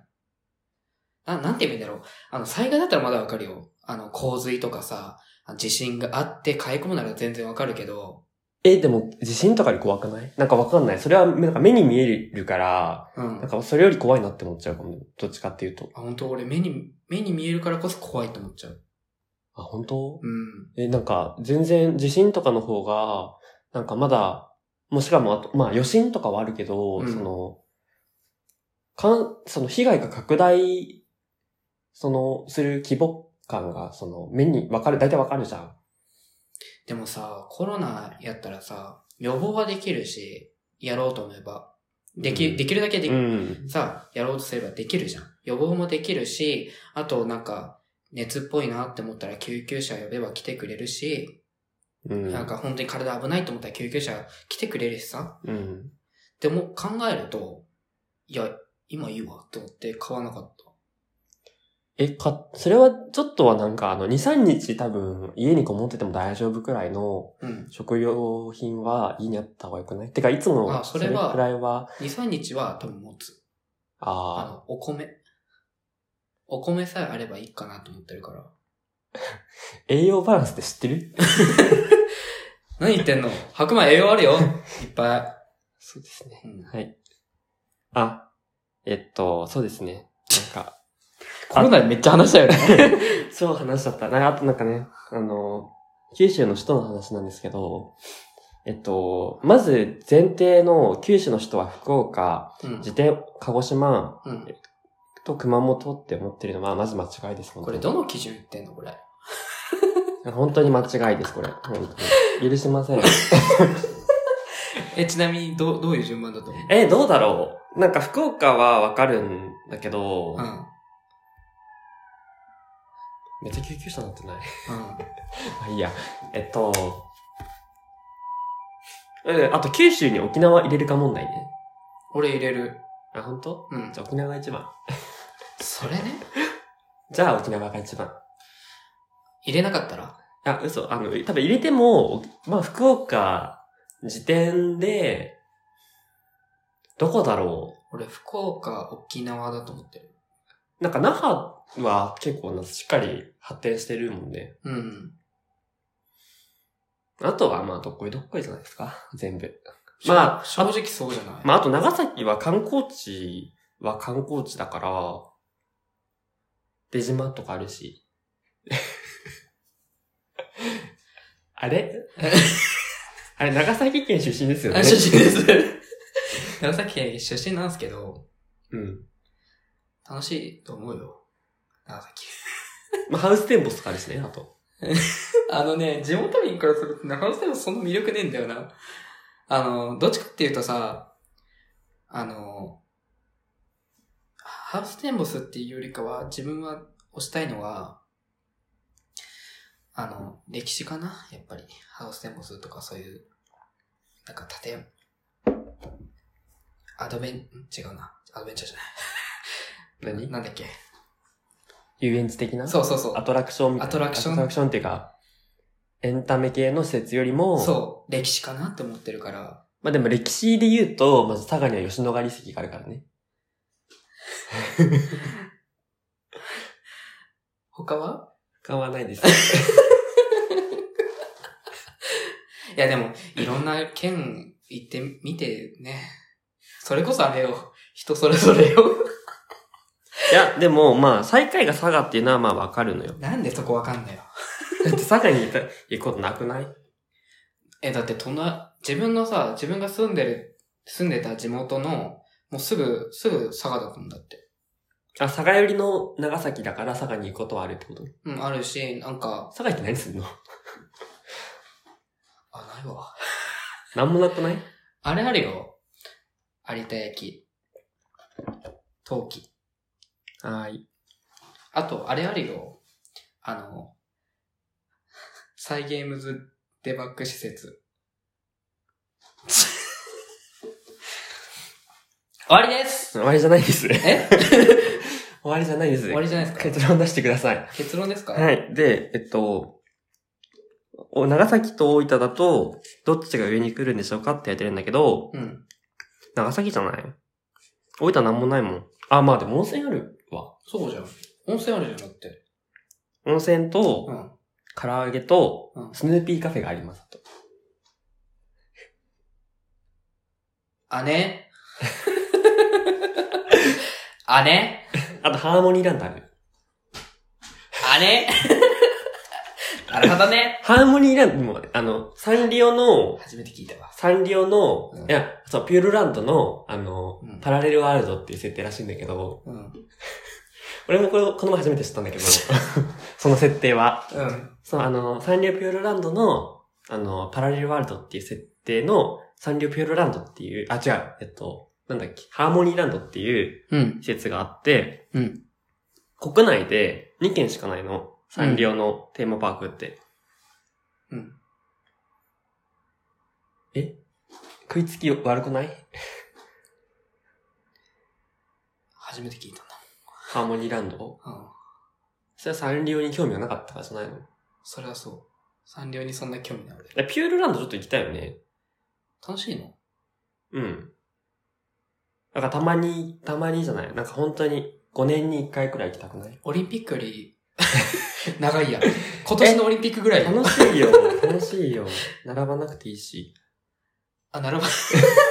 B: な、なんて言うんだろう。あの、災害だったらまだわかるよ。あの、洪水とかさ、地震があって買い込むなら全然わかるけど、
A: え、でも、地震とかに怖くないなんかわかんない。それは、なんか目に見えるから、
B: うん。
A: なん
B: あ、
A: かそれより怖いなって思っちゃうかも。どっちかっていうと。
B: 本当俺目に、目に見えるからこそ怖いと思っちゃう。
A: あ、本当
B: うん。
A: え、なんか、全然地震とかの方が、なんかまだ、もうしかもあと、まあ余震とかはあるけど、
B: うん
A: その、かん、その被害が拡大、その、する規模感が、その、目にわかる、大体わかるじゃん。
B: でもさ、コロナやったらさ、予防はできるし、やろうと思えば。でき、
A: うん
B: できるだけで、
A: うん。
B: さ、やろうとすればできるじゃん。予防もできるし、あとなんか、熱っぽいなって思ったら救急車呼べば来てくれるし、
A: うん。
B: なんか本当に体危ないと思ったら救急車来てくれるしさ。
A: うん。
B: でも考えると、いや、今いいわって思って買わなかった。
A: え、か、それはちょっとはなんかあの、2、3日多分家にこもってても大丈夫くらいの
B: うん。
A: 食料品は家にあった方がよくないてか、いつも
B: あそれは
A: くらいは、
B: 2、3日は多分持つ。あ
A: ああ、
B: の、お米。お米さえあればいいかなと思ってるから。
A: 栄養バランスって知ってる
B: 何言ってんの白米栄養あるよ。いっぱ
A: そうですね。
B: い。うん
A: はい。あ、えっと、そうですね。なんか、
B: *laughs* コロナでめっちゃ話したよね。
A: そう話しちゃった。なんかあとなんかね、あの、九州の首都の話なんですけど、えっと、まず前提の九州の首都は福岡、
B: うん
A: 自転、鹿児島、
B: うん。
A: と熊本って思ってるのは、まず間違いです。本
B: こ
A: 当
B: れ
A: に
B: どの基準言ってんのこれ。
A: 本当に間違いです、これ。本当に許しません。
B: え、ちなみにど、どういう順番だと思う
A: え、どうだろうなんか福岡はわかるんだけど、
B: うん。うん。
A: めっちゃ救急車なってないまあいいや。 *laughs* えっと、うん、あと九州に沖縄入れるか問題ね。
B: 俺入れる。
A: あ、本当？
B: うん
A: じ。ゃあ沖縄が一番。
B: それね。
A: じゃあ沖縄が一番。
B: 入れなかったら。
A: あ、嘘。あの、多分入れても、まあ福岡時点で、どこだろう
B: 俺、福岡、沖縄だと思ってる。
A: なんか那覇は結構なしっかり発展してるもんね。
B: うん。
A: あとはまあどっこいどっこいじゃないですか。全部。まあ
B: 正直そうじゃない。
A: まああと長崎は観光地は観光地だから、出島とかあるし。 *laughs* あれ *laughs* あれ、長崎県出身ですよね。
B: あ出身です。長崎県出身なんですけど、
A: うん。
B: 楽しいと思うよ。長崎。
A: まあ、ハウステンボスとかあるしね、あと。
B: あのね、地元民からすると長野でもその魅力ねえんだよな。あの、どっちかっていうとさ、あの、ハウステンボスっていうよりかは、自分は推したいのは、あの、歴史かなやっぱり。ハウステンボスとかそういう、なんか建アドベン、ん違うな。アドベンチャーじゃない。
A: 何
B: なんだっけ
A: 遊園地的な
B: そうそうそう。
A: アトラクションみたいな。
B: アトラクション
A: アトラクションっていうか、エンタメ系の施設よりも、
B: そう。歴史かなって思ってるから。
A: まあでも歴史で言うと、まず佐賀には吉野ヶ里遺跡があるからね。
B: 他は
A: 買わないです。
B: いやでも、いろんな県行ってみてね。それこそあれよ。人それぞれよ。
A: *laughs* いや、でもまあ、最下位が佐賀っていうのはまあわかるのよ。
B: なんでそこわかんないよ。
A: だって佐賀に行った行くことなくない
B: え、だって隣、自分のさ、自分が住んでる、住んでた地元の、もうすぐ、すぐ佐賀だったんだって。
A: あ、佐賀寄りの長崎だから佐賀に行くことはあるってこと
B: うん、あるし、なんか、
A: 佐賀行って何すんの
B: あ、ないわ。
A: なんもなくない
B: あれあるよ。有田焼。陶器。
A: はい。
B: あと、あれあるよ。あの、サイゲームズデバッグ施設。 *laughs* 終わりです
A: 終わりじゃないです。終 *laughs*
B: え
A: わりじゃないです。
B: 終わりじゃないですか
A: 結論出してください。
B: 結論ですか。
A: はいい。で、えっと、お長崎と大分だと、どっちが上に来るんでしょうかってやってるんだけど、
B: うん。
A: 長崎じゃない大分なんもないもん。あ、まあでも温泉あるわ。
B: そうじゃん。温泉あるじゃん、だって。
A: 温泉
B: う
A: と、
B: ん。
A: 唐揚げと
B: う、ん
A: スヌーピーカフェがありますと。
B: あね *laughs* あね
A: あと、ハーモニーランドある。
B: あね *laughs* なるほどね。
A: ハーモニーランドも、あの、サンリオの、
B: 初めて聞いたわ。
A: サンリオの、
B: うん
A: いや、そう、ピュールランドの、あの、
B: うん
A: パラレルワールドっていう設定らしいんだけど、
B: うん。うん。
A: 俺もこれ、この前初めて知ったんだけ
B: *laughs*
A: ど、その設定は。そう、あの、サンリオピューロランドの、あの、パラレルワールドっていう設定の、サンリオピューロランドっていう、あ、違う、えっと、なんだっけ、ハーモニーランドっていう
B: うん。
A: 施設があって、
B: うん。
A: 国内で2軒しかないの。サンリオのテーマパークって。
B: うん。
A: え食いつき悪くない
B: 初めて聞いた
A: ハーモニーランド
B: な。うん。
A: それはサンリオに興味がなかったからじゃないの
B: それはそう。サンリオにそんな興味ない俺。
A: えピューロランドちょっと行きたいよね。
B: 楽しいの
A: うん。なんかたまに、たまにじゃない。なんか本当に5年に1回くらい行きたくない
B: オリンピックより *laughs* 長いや。今年のオリンピックぐらいよ。
A: 楽しいよ。楽しいよ。並ばなくていい
B: *laughs*
A: し。
B: あ、並ば、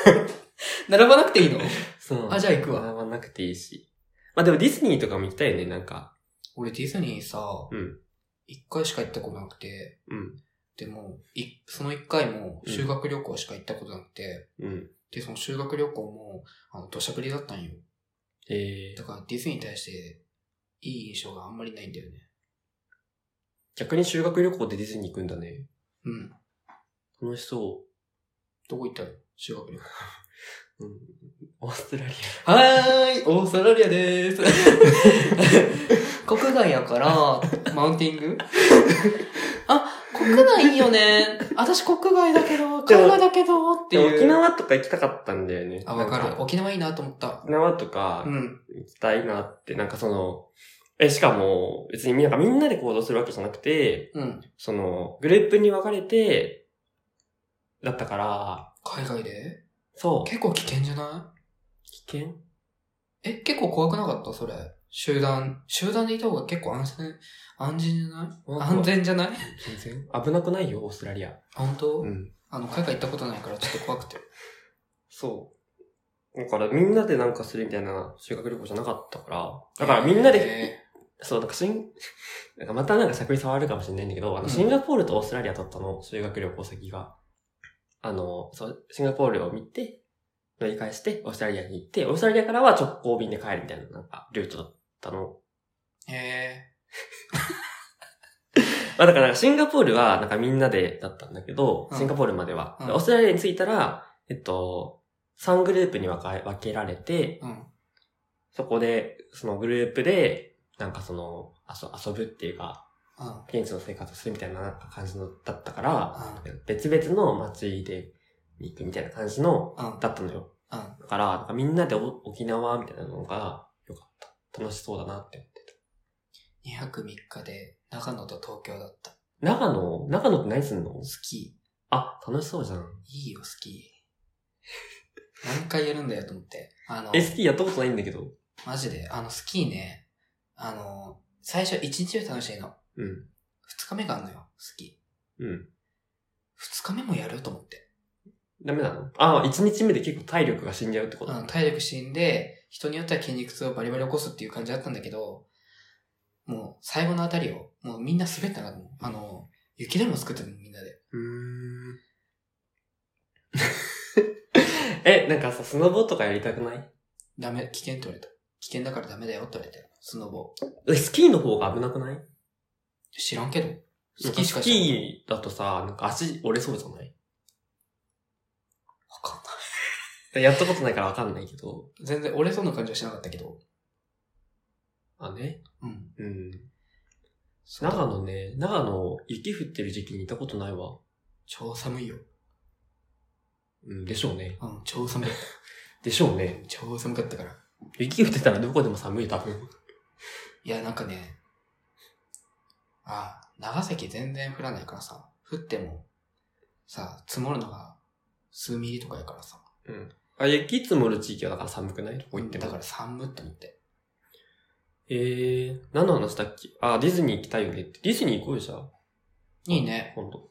B: *laughs* 並ばなくていいの
A: そう。
B: あじゃあ行くわ
A: 並ばなくていいし。まあでもディズニーとかも行きたいよね、なんか。
B: 俺ディズニーさ、
A: うん。
B: 一回しか行ったことなくて、
A: うん。
B: でも、いその一回も修学旅行しか行ったことなくて、
A: うん。
B: で、その修学旅行も、あの、土砂降りだったんよ。
A: えー
B: だ、からディズニーに対して、いい印象があんまりないんだよね。
A: 逆に修学旅行でディズニー行くんだね。
B: うん。
A: 楽しそ
B: どこ行ったの修学旅行。
A: う。うん。オーストラリ
B: はーい、オーストラリアでーす。 *laughs* 国外やから、マウンティングあ、国内いいよね。私国外だけど、
A: でも
B: 海外だけど、って
A: ア。
B: いう。
A: 沖縄とか行きたかったんだよね。
B: あ、わか
A: なん
B: る。沖縄いいなと思った。
A: 沖縄とか
B: うん。
A: 行きたいなって、なんかその、え、しかも、別にみんながみんなで行動するわけじゃなくて、
B: うん。
A: その、グループに分かれて、だったから、
B: 海外で
A: そう。
B: 結構危険じゃな
A: 危険
B: いえ、結構怖くなかったそれ。集団。集団でいた方が結構安全、安全じゃない
A: うん
B: 安全じゃない
A: 全然危なくないよ、オーストラリア。
B: 本当、
A: ん。
B: あの、海外行ったことないからちょっと怖くて。
A: そう。だからみんなでなんかするみたいな修学旅行じゃなかったから、だからみんなで
B: え
A: そう、なんかしん、 *laughs* なんかまたなんか尺に触るかもしれないんだけど、あ
B: う
A: の、
B: ん
A: シンガポールとオーストラリアだったの、修学旅行先が。あの、そう、シンガポールを見て、乗り換えして、オーストラリアに行って、オーストラリアからは直行便で帰るみたいな、なんか、ルートだったの。
B: へえ。
A: まあだからなんかシンガポールはなんかみんなでだったんだけど、
B: うん
A: シンガポールまでは。
B: うん
A: でオーストラリアに着いたら、えっと、3グループに分か分けられて、
B: うん。
A: そこで、そのグループで、なんかその、遊遊ぶっていうか、
B: うん。
A: 現地の生活をするみたいななんか感じのだったから、別々の街で行くみたいな感じの、
B: うん。
A: だったのよ。
B: うん。
A: だから、なんかみんなでお沖縄みたいなのが良かった。楽しそうだなって思ってた。
B: 2泊3日で長野と東京だった。
A: 長野長野って何すんの
B: スキ
A: あ、楽しそうじゃん。
B: ー。いいよ、スキ
A: *laughs*
B: ー。何回やるんだよと思って。あの、
A: え、スキーやったことないんだけど。
B: マジで、あの、スキーね、あの、最初1日目楽しいの。
A: うん。
B: 2日目があるのよ、スキ
A: うん。
B: ー。2日目もやると思って。
A: ダメなのああ、一日目で結構体力が死んじゃうってこと、
B: うん、体力死んで、人によっては筋肉痛をバリバリ起こすっていう感じだったんだけど、もう最後のあたりを、もうみんな滑ったな、もうあの、雪だるま作ったのみんなで。
A: うーん。 *laughs* え、なんかさ、スノボとかやりたくない
B: ダメ、危険って言われた。危険だからダメだよって言われて、スノボ。
A: えスキーの方が危なくない
B: 知らんけど。スキーしか
A: ス
B: 知らん。
A: キーだとさ、なんか足折れそうじゃない
B: わかん
A: *laughs*
B: な
A: やったことないからわかんないけど。
B: い。全然折れそうな感じはしなかったけど。
A: あ、ね。
B: うん。
A: うん。長野ね、長野、雪降ってる時期にいたことないわ。
B: 超寒いよ。
A: うん、でしょうね。
B: うん、超寒かっ
A: でしょう *laughs*
B: た
A: ね。。
B: 超寒かったから。
A: 雪降ってたらどこでも寒い、多分。
B: いや、なんかね、あ、長崎全然降らないからさ、降っても、さ、積もるのが数ミリとかやからさ、
A: あ、雪積もる地域はだから寒くないどこ行っても
B: だから寒って思って。
A: ええー、何の話だっけあ、ディズニー行きたいよねって。ディズニー行こうよ、じゃあ。
B: いいね。
A: 今度。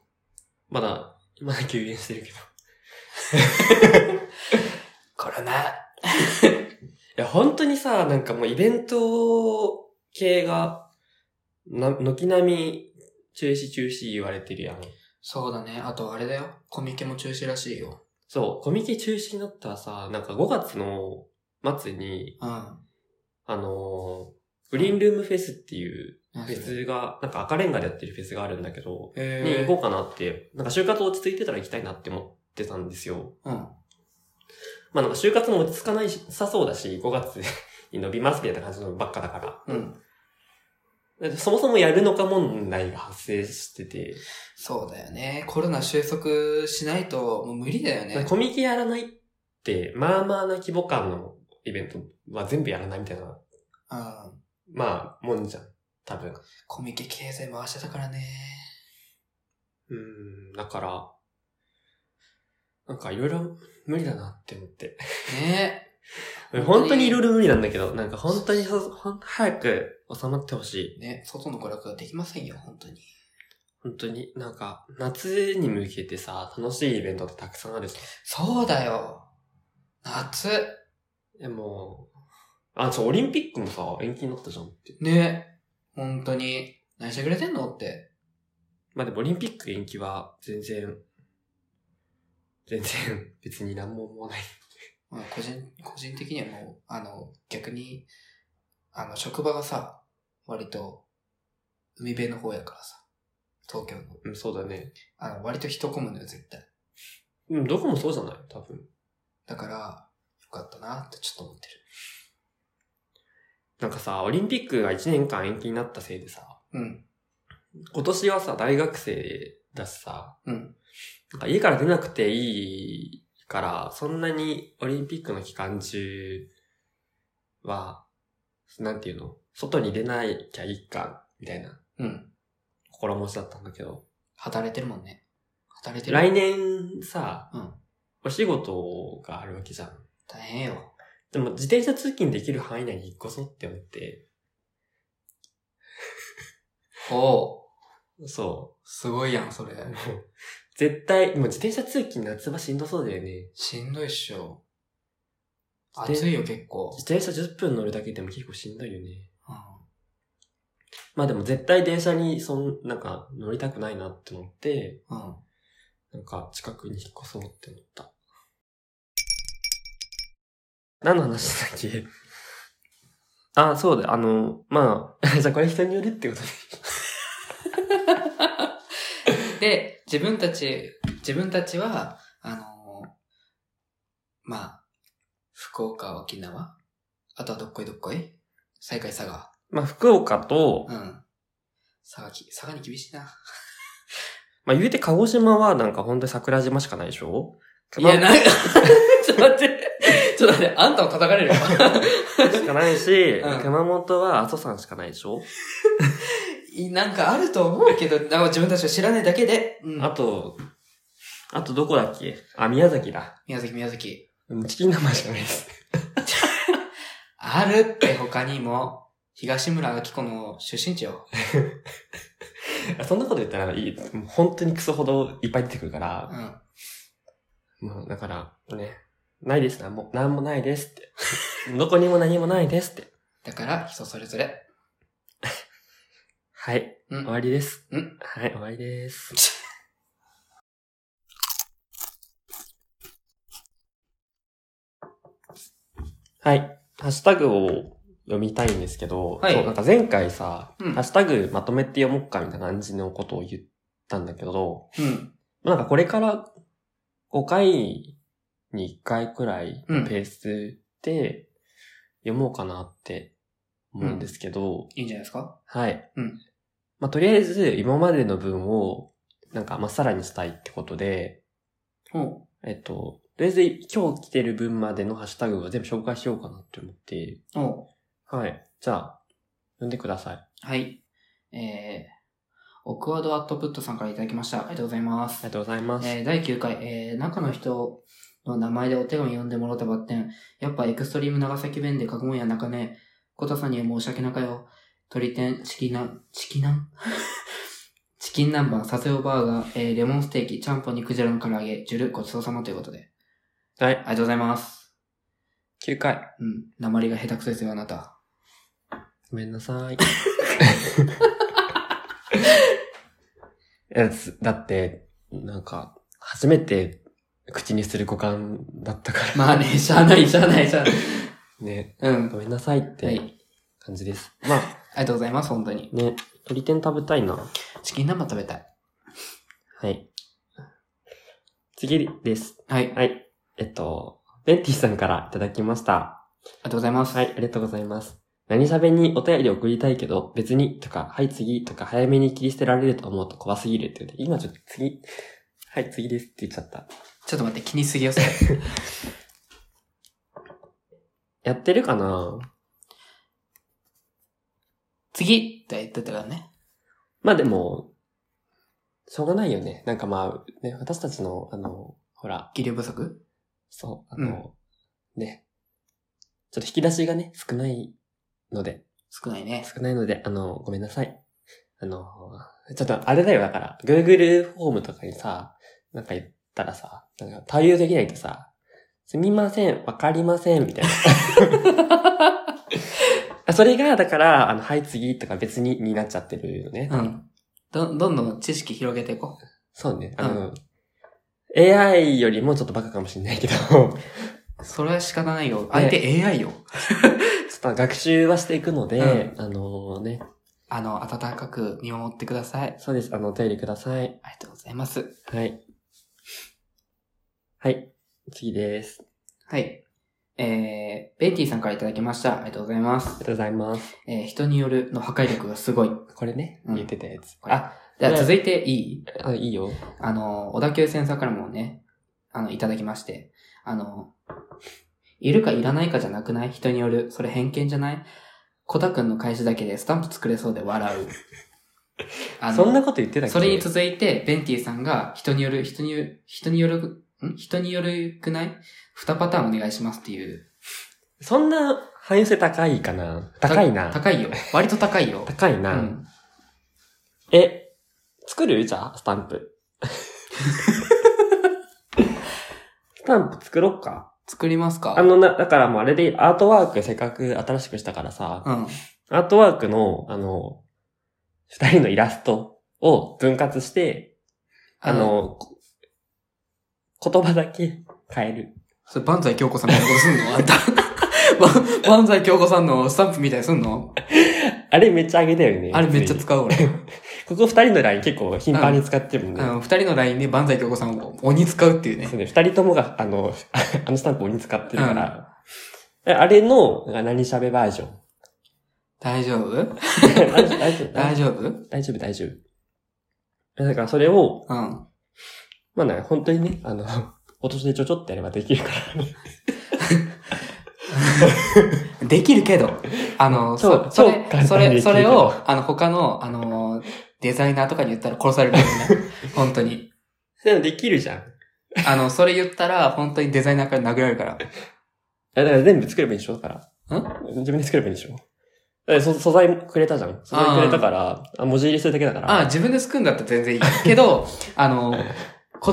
A: まだ、まだ休園してるけど。い
B: コロナ
A: や、本当にさ、なんかもうイベント系が、な、軒並み、中止中止言われてるやん。
B: そうだね。あとあれだよ。コミケも中止らしいよ。
A: そう、コミケ中止になったらさ、なんか5月の末に、
B: うん。
A: あのーグリーンルームフェスっていう
B: 何
A: フェ
B: それ
A: スが、なんか赤レンガでやってるフェスがあるんだけど、に
B: へ
A: 行こうかなって、なんか就活落ち着いてたら行きたいなって思ってたんですよ。
B: ーうん。
A: まあなんか就活も落ち着かないし、さそうだし、5月に伸びますみたいな感じのばっかだから。
B: うん。
A: だってそもそもやるのか問題が発生してて、
B: そうだよね。コロナ収束しないと、もう無理だよね。
A: コミケやらないって、まあまあな規模感のイベントは全部やらないみたいな、
B: うん。
A: まあ、もんじゃん。多分。
B: コミケ経済回してたからね。
A: うん、だから、なんかいろいろ無理だなって思って。
B: ね
A: *laughs* 本当にいろいろ無理なんだけど、なんか本当にそほん早く収まってほしい。
B: ね、外の娯楽ができませんよ、本当に。
A: 本当に、なんか、夏に向けてさ、楽しいイベントってたくさんあるじ
B: そうだよ。夏。
A: ゃん。でも、あ、そう、オリンピックもさ、延期になったじゃんって。
B: ね。本当に。何してくれてんのって。
A: まあでもオリンピック延期は、全然、全然、 *laughs* 別に何も思わない。
B: まあ、個人、個人的にはもう、あの、逆に、あの、職場がさ、割と、海辺の方やからさ。東京の。
A: うん、そうだね。
B: あの、割と人混むのよ、絶対。
A: うん、どこもそうじゃない多分。
B: だから、よかったなってちょっと思ってる。
A: なんかさ、オリンピックが1年間延期になったせいでさ、
B: うん。
A: 今年はさ、大学生だしさ、
B: うん。
A: なんか家から出なくていいから、そんなにオリンピックの期間中は、なんていうの外に出ないきゃいいか、みたいな
B: うん。
A: 心持ちだったんだけど。
B: 働いてるもんね。働いてる。
A: 来年さ、
B: うん。
A: お仕事があるわけじゃん。
B: 大変よ。
A: でも自転車通勤できる範囲内に引っ越そうって思って、
B: ほう。
A: そ
B: すごいやん、それ
A: う。 *laughs* もう絶対、もう自転車通勤夏場しんどそうだよね。
B: しんどいっしょ。
A: で
B: 暑いよ、結構。
A: 自転車10分乗るだけでも結構しんどいよね。
B: うん
A: まあでも絶対電車に、そん、なんか乗りたくないなって思って、
B: うん。
A: なんか近くに引っ越そうって思った。何の話だっけ *laughs* あ、そうだ、あの、まあ、じ *laughs* ゃあこれ人によるってことで。
B: で、自分たち、自分たちは、あのまあ、福岡、沖縄、あとはどっこいどっこい最下位佐賀。
A: まあ福岡と、
B: うん。佐賀き、佐賀に厳しいな。
A: まあ言うて鹿児島はなんか本当に桜島しかないでしょ
B: いや、な、 *laughs* ちょっと待って。ちょっと待って、あんたも叩かれ *laughs* るよ。
A: しかないし、
B: *laughs* うん
A: 熊本は阿蘇山しかないでしょ、
B: いなんかあると思うけど、なんか自分たちが知らないだけで。うん。
A: あと、あとどこだっけあ、宮崎だ。
B: 宮崎、宮崎。
A: うんチキン生しかないです。 *laughs*
B: あるって他にも、東村明子の出身地よ。
A: そんなこと言ったらいい。もう本当にクソほどいっぱい出てくるか
B: う
A: ら、
B: ん。
A: もうだから、ね、ないです、なんも、なんもないですって。 *laughs* どこにも何もないですって。
B: だから、人それぞれ。
A: はい、
B: うん
A: 終。わりです。
B: うん
A: はい、終わりです。はい、ハッシュタグを読みたいんですけど、
B: はい
A: そう、なんか前回さ、
B: うん
A: ハッシュタグまとめて読もうかみたいな感じのことを言ったんだけど、
B: うん。
A: なんかこれから5回に1回くらいのペースで読もうかなって思うんですけど、
B: いいんじゃないですか
A: はい。
B: うん
A: まあ、とりあえず今までの文をなんかまあさらにしたいってことで、
B: うん。
A: えっと、とりあえず今日来てる文までのハッシュタグを全部紹介しようかなって思って、
B: うん。
A: はい。じゃあ、読んでください。あ
B: はい。えー、オクワードアウトプットさんからいただきました。ありがとうございま
A: り
B: す
A: が。とうございます。
B: えー、第9回、えー、中の人の名前でお手紙読んでもらったばってん。やっぱエクストリーム長崎弁で書くもんやなかね。コタさんには申し訳なかよ。鳥天、チキナン、チキナン *laughs* チキン南蛮、サセオバーガー、えー、レモンステーキ、ちゃんぽんにクジラの唐揚げ、ジュル、ごちそうさまということで。
A: はい
B: あ。りがとうございます。
A: 9回。
B: うん。鉛が下手くそですよ、あなた。
A: ごめんな
B: *laughs*
A: さい。やつだって、なんか、初めて口にする五感だったから。
B: まあね、しゃあない、しゃあない、しゃあない。
A: ね、
B: うん。
A: ごめんなさいっ
B: は
A: て
B: い。
A: 感じです。まあ、
B: ありがとうございます、本当に。
A: ね、鳥天食べたいな。
B: チキン南蛮食べたい。
A: はい。次です。
B: はい。あり
A: はい。えっと、ベンティさんからいただきました。
B: がとうございます。
A: はい、ありがとうございます。何喋にお便り送りたいけど、別にとか、はい次とか、早めに切り捨てられると思うと怖すぎるって言って、今ちょっと次、はい次ですって言っちゃった。
B: ちょっと待って、気にしすぎよ、それ。
A: やってるかな
B: 次って言ってたからね。
A: まあでも、しょうがないよね。なんかまあ、ね、私たちの、あの、ほら、
B: 技量不足
A: そう、あの、ね、ちょっと引き出しがね、少ないので、
B: 少ないね。
A: 少ないので、あの、ごめんなさい。あの、ちょっとあれだよ、だから、Google フォームとかにさ、なんか言ったらさ、なんか対応できないとさ、すみません、わかりません、みたいな *laughs* あ。それが、だから、あの、はい、次とか別にになっちゃってるよね。
B: *laughs* うん。ど、どんどん知識広げていこ
A: そうね。あの、AI よりもちょっとバカかもしれないけど、ち *laughs* ょ
B: う。それは仕方ないよ。相手 AI よ。
A: っと学習はしていくので、あのね、
B: あの、温かく見守ってください。
A: そうです、あの、お便りください。
B: ありがとうございます。
A: はい。はい。次です。
B: はい。えー、ベイティさんからいただきました。ありがとうございま
A: あ
B: す
A: りが。とうございます。
B: えー、人によるの破壊力がすごい。
A: これね、
B: うん
A: 言ってたやつ。
B: これ
A: あ、
B: じゃあ続いていい
A: あ、いいよ。
B: あの、小田急線さんからもね、あの、いただきまして、あの、いるかいらないかじゃなくない人による。それ偏見じゃないコタくんの返しだけでスタンプ作れそうで笑う。あ
A: そんな
B: の、
A: こと言ってたっけ
B: それに続いて、ベンティさんが、人による、人による、人による、ん人によるくない二パターンお願いしますっていう。
A: そんな汎用性高いかな高い
B: た
A: な。
B: 高いよ。割と高いよ。
A: 高いうな。
B: ん。
A: え、作るじゃあ、スタンプ。スタンプ作ろっか。
B: 作りますか
A: あの、な、だからもうあれで、アートワークせっかく新しくしたからさ、
B: うん。
A: アートワークの、あの、二人のイラストを分割して、あ、の、こ言葉だけ変える。
B: それ、万歳京子さんみたいなことすんのあん *laughs* た。ば万歳京子さんのスタンプみたいにすんの
A: あれめっちゃあげたよね。
B: あれめっちゃ
A: つい
B: 使う俺。
A: ここ二人のライン結構頻繁に使ってるもんね
B: あ。の、二人の LINE で万歳京子さんを鬼使うっていうね
A: そ。うね、二人ともが、あの、 *laughs* あのスタンプを鬼使ってるから。えあれの、何喋バー *laughs* ジョン。
B: 大丈夫
A: 大丈夫、大丈夫、
B: 大丈夫う
A: 大丈夫、大丈夫。だからそれを、
B: ん。
A: まあね、本当にね、あの、 *laughs* お年でちょちょってやればできるから。 *laughs*
B: できるけど、あの、
A: 超
B: そそ
A: 超簡単
B: れ、
A: に
B: そ
A: できるけ
B: れ、
A: ど
B: それを、あの、他の、あの、デザイナーとかに言ったら殺されるよね。 *laughs* 本当に。
A: でもできるじゃん。い
B: あの、それ言ったら、本当にデザイナーから殴られるから。
A: やだから全部作ればいいでしょだから。自分で作ればいいでしょだからそ素材くれたじゃん。素材くれたから、あ文字入りするだけだか
B: ああ、
A: ら。
B: 自分で作るんだったら全然いい。けど、あの、言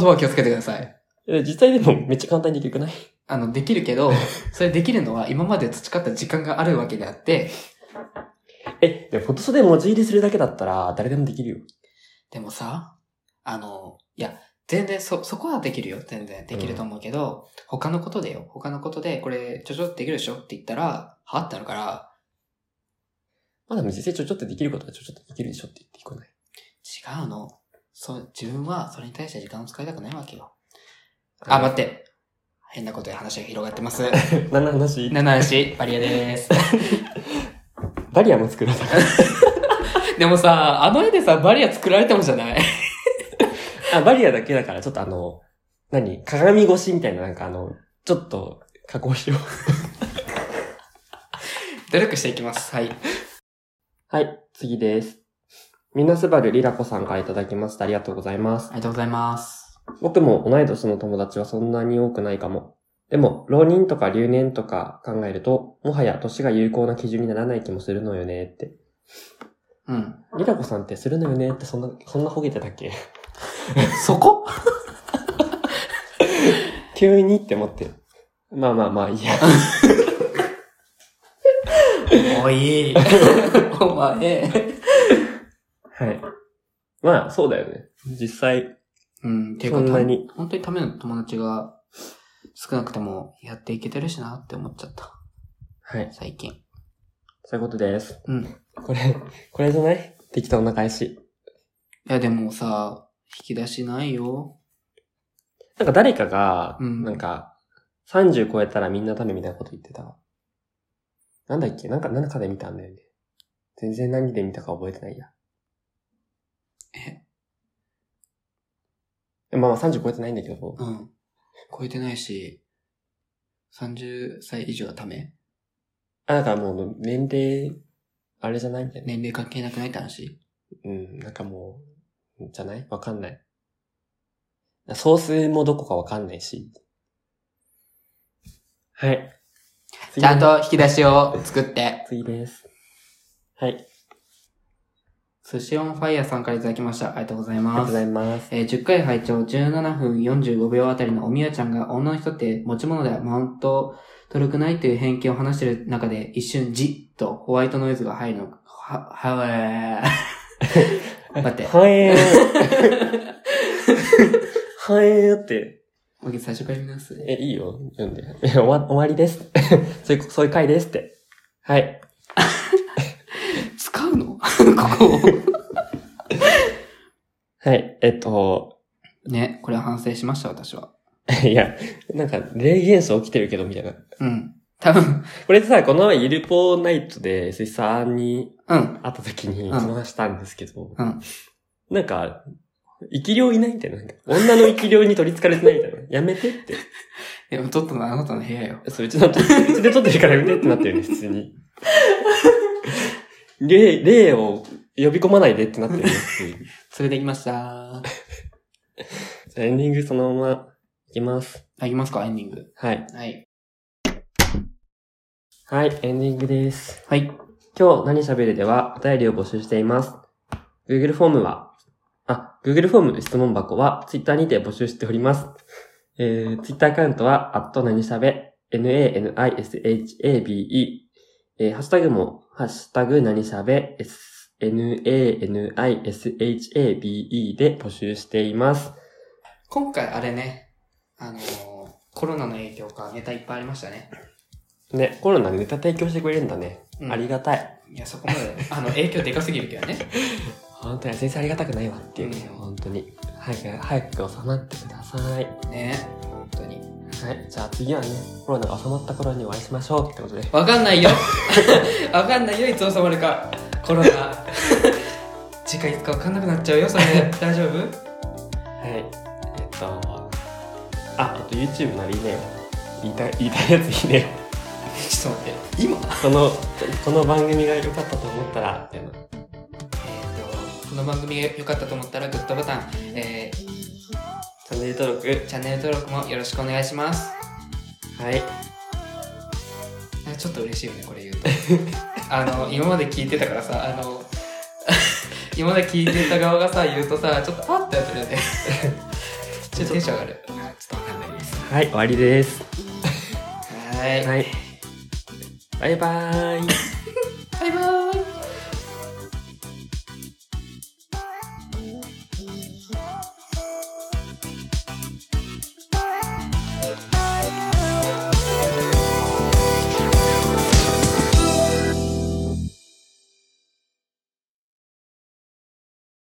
B: 葉を気をつけてください。
A: え実際でもめっちゃ簡単にできるくない
B: あの、できるけど、それできるのは今まで培った時間があるわけであって、
A: え、でもフォトショーで文字入りするだけだったら、誰でもできるよ。
B: でもさ、あの、いや、全然そ、そこはできるよ。全然できると思うけど、他のことでよ。他のことで、これ、ちょちょっとできるでしょって言ったら、はってなるから、
A: まあでも実際ちょちょってできることはちょちょってできるでしょって言ってこない。
B: 違うの。そう、自分はそれに対して時間を使いたくないわけよ。あ、待って。変なことで話が広がってます。 *laughs*
A: って。何の話
B: 七足、バリアです。 *laughs*
A: バリアも作ろうだか
B: でもさ、あの絵でさ、バリア作られてもじゃない
A: ら。あ、バリアだけだから、ちょっとあの、何鏡越しみたいな、なんかあの、ちょっと、加工しよう。
B: 努力していきます。はい。
A: はい、次です。みなすばるりらこさんからいただきました。ありがとうございます
B: あ。りがとうございます。
A: 僕も同い年の友達はそんなに多くないかも。でも、浪人とか留年とか考えると、もはや年が有効な基準にならない気もするのよねって。
B: うん。
A: りらこさんってするのよねってそんな、そんなほげてたっけ *laughs*
B: そこ
A: 急にって思って。まあまあまあ、いいや。
B: おい。 *laughs* お前。
A: はい。まあ、そうだよね。実際、
B: うん、っていう
A: そ
B: か、
A: んな
B: た
A: に。
B: 本当にための友達が少なくてもやっていけてるしなって思っちゃった。
A: はい。
B: 最近。
A: そういうことです。
B: うん。い
A: これ、これじゃない適当な返し。
B: や、でもさ、引き出しないよ。
A: なんか誰かが、
B: うん
A: なんか、30超えたらみんなダメみたいなこと言ってた。なんだっけなんか、なんかで見たんだよね。全然何で見たか覚えてないや。
B: え
A: まあまあ30超えてないんだけど。
B: うん。超えてないし、30歳以上はため
A: あ、だからもう年齢、あれじゃないんだよね。
B: 年齢関係なくないって話
A: うん、なんかもう、じゃないわかんない。総数もどこかわかんないし。はい。
B: ちゃん。と引き出しを作って。
A: 次です。はい。
B: 寿司オンファイヤーさんからいただきました。ありがとうござい
A: ありがと
B: ま
A: うご
B: す
A: ざ。います。
B: えー10回拝聴17分45秒あたりのおみやちゃんが女の人って持ち物ではマウント取るくないという偏見を話してる中で一瞬じっとホワイトノイズが入るの、は、は、え *laughs* ー、待って。
A: はえー。はえーって。
B: もう一回最初から見ますね。
A: え、いいよ。読んで。え終わ、終わりです。 *laughs* そういう、そういう回ですって。はい。
B: 使うの *laughs* ここ。
A: はい。えっと、 *laughs*
B: ね、これは反省しました、私は。
A: いや、なんか、霊現象起きてるけど、みたいな。
B: うん。多分、
A: これさ、この前、ゆるぽナイトで、水産に
B: うん。
A: 会った時に
B: うん
A: 話したんですけど、
B: うん
A: なんか、生き量いないみたいな。なんか女の生き量に取り憑かれてないみたいな。やめてって。
B: でも撮ったのはあなたの部屋よ。
A: そう、うちの、うちで撮ってるからやめてってなってるね、普通に。霊、霊を呼び込まないでってなってるね、普通に。
B: 連れてきました。
A: じゃあエンディングそのまま、いきます。
B: あ、いきますか、エンディング。
A: はい。
B: はい。
A: はい、エンディングです。
B: はい。
A: 今日何喋るではお便りを募集しています。Google フォームは、あ、Google フォームの質問箱は Twitter にて募集しております。えー、Twitter アカウントは、アット何喋、nanishabe、えー、ハッシュタグも、ハッシュタグ何喋、S nanisabe で募集しています。
B: 今回あれね、あのーコロナの影響かネタいっぱいありましたね。
A: ね、コロナでネタ提供してくれるんだね。
B: うん
A: ありがたい。
B: いや、そこまで、 *laughs* あの、影響でかすぎるけどね。
A: 本当に先生ありがたくないわっていうね、
B: うん
A: 本当に。早く、早く収まってください。
B: ね本当に。
A: はい、じゃあ次はね、コロナが収まった頃にお会いしましょうってことで。
B: わかんないよ *laughs* わかんないよ、いつ収まるか。コロナ。 *laughs* 次回いつかわかんなくなっちゃうよ、それ。大丈夫 *laughs*
A: はい。えっと、あ、えっと YouTube のあれいいねよ。言いたい、言いたいやついいねよ。
B: ちょっと待って。今
A: この、この番組が良かったと思ったら、みたいな。
B: えっと、この番組が良かったと思ったらグッドボタン、え
A: チャンネル登録
B: ー、。チャンネル登録もよろしくお願いします。
A: はい。
B: なんかちょっと嬉しいよね、これ言うと。 *laughs* あの、今まで聞いてたからさ、あの、 *laughs* 今まで聞いてた側がさ、言うとさ、ちょっとあってやってるよね。 *laughs* ちょっとテンション上がる。ちょっとわかんないです。
A: はい、終わりです。
B: はーい。
A: はい。バイバーイ。
B: バイバーイ。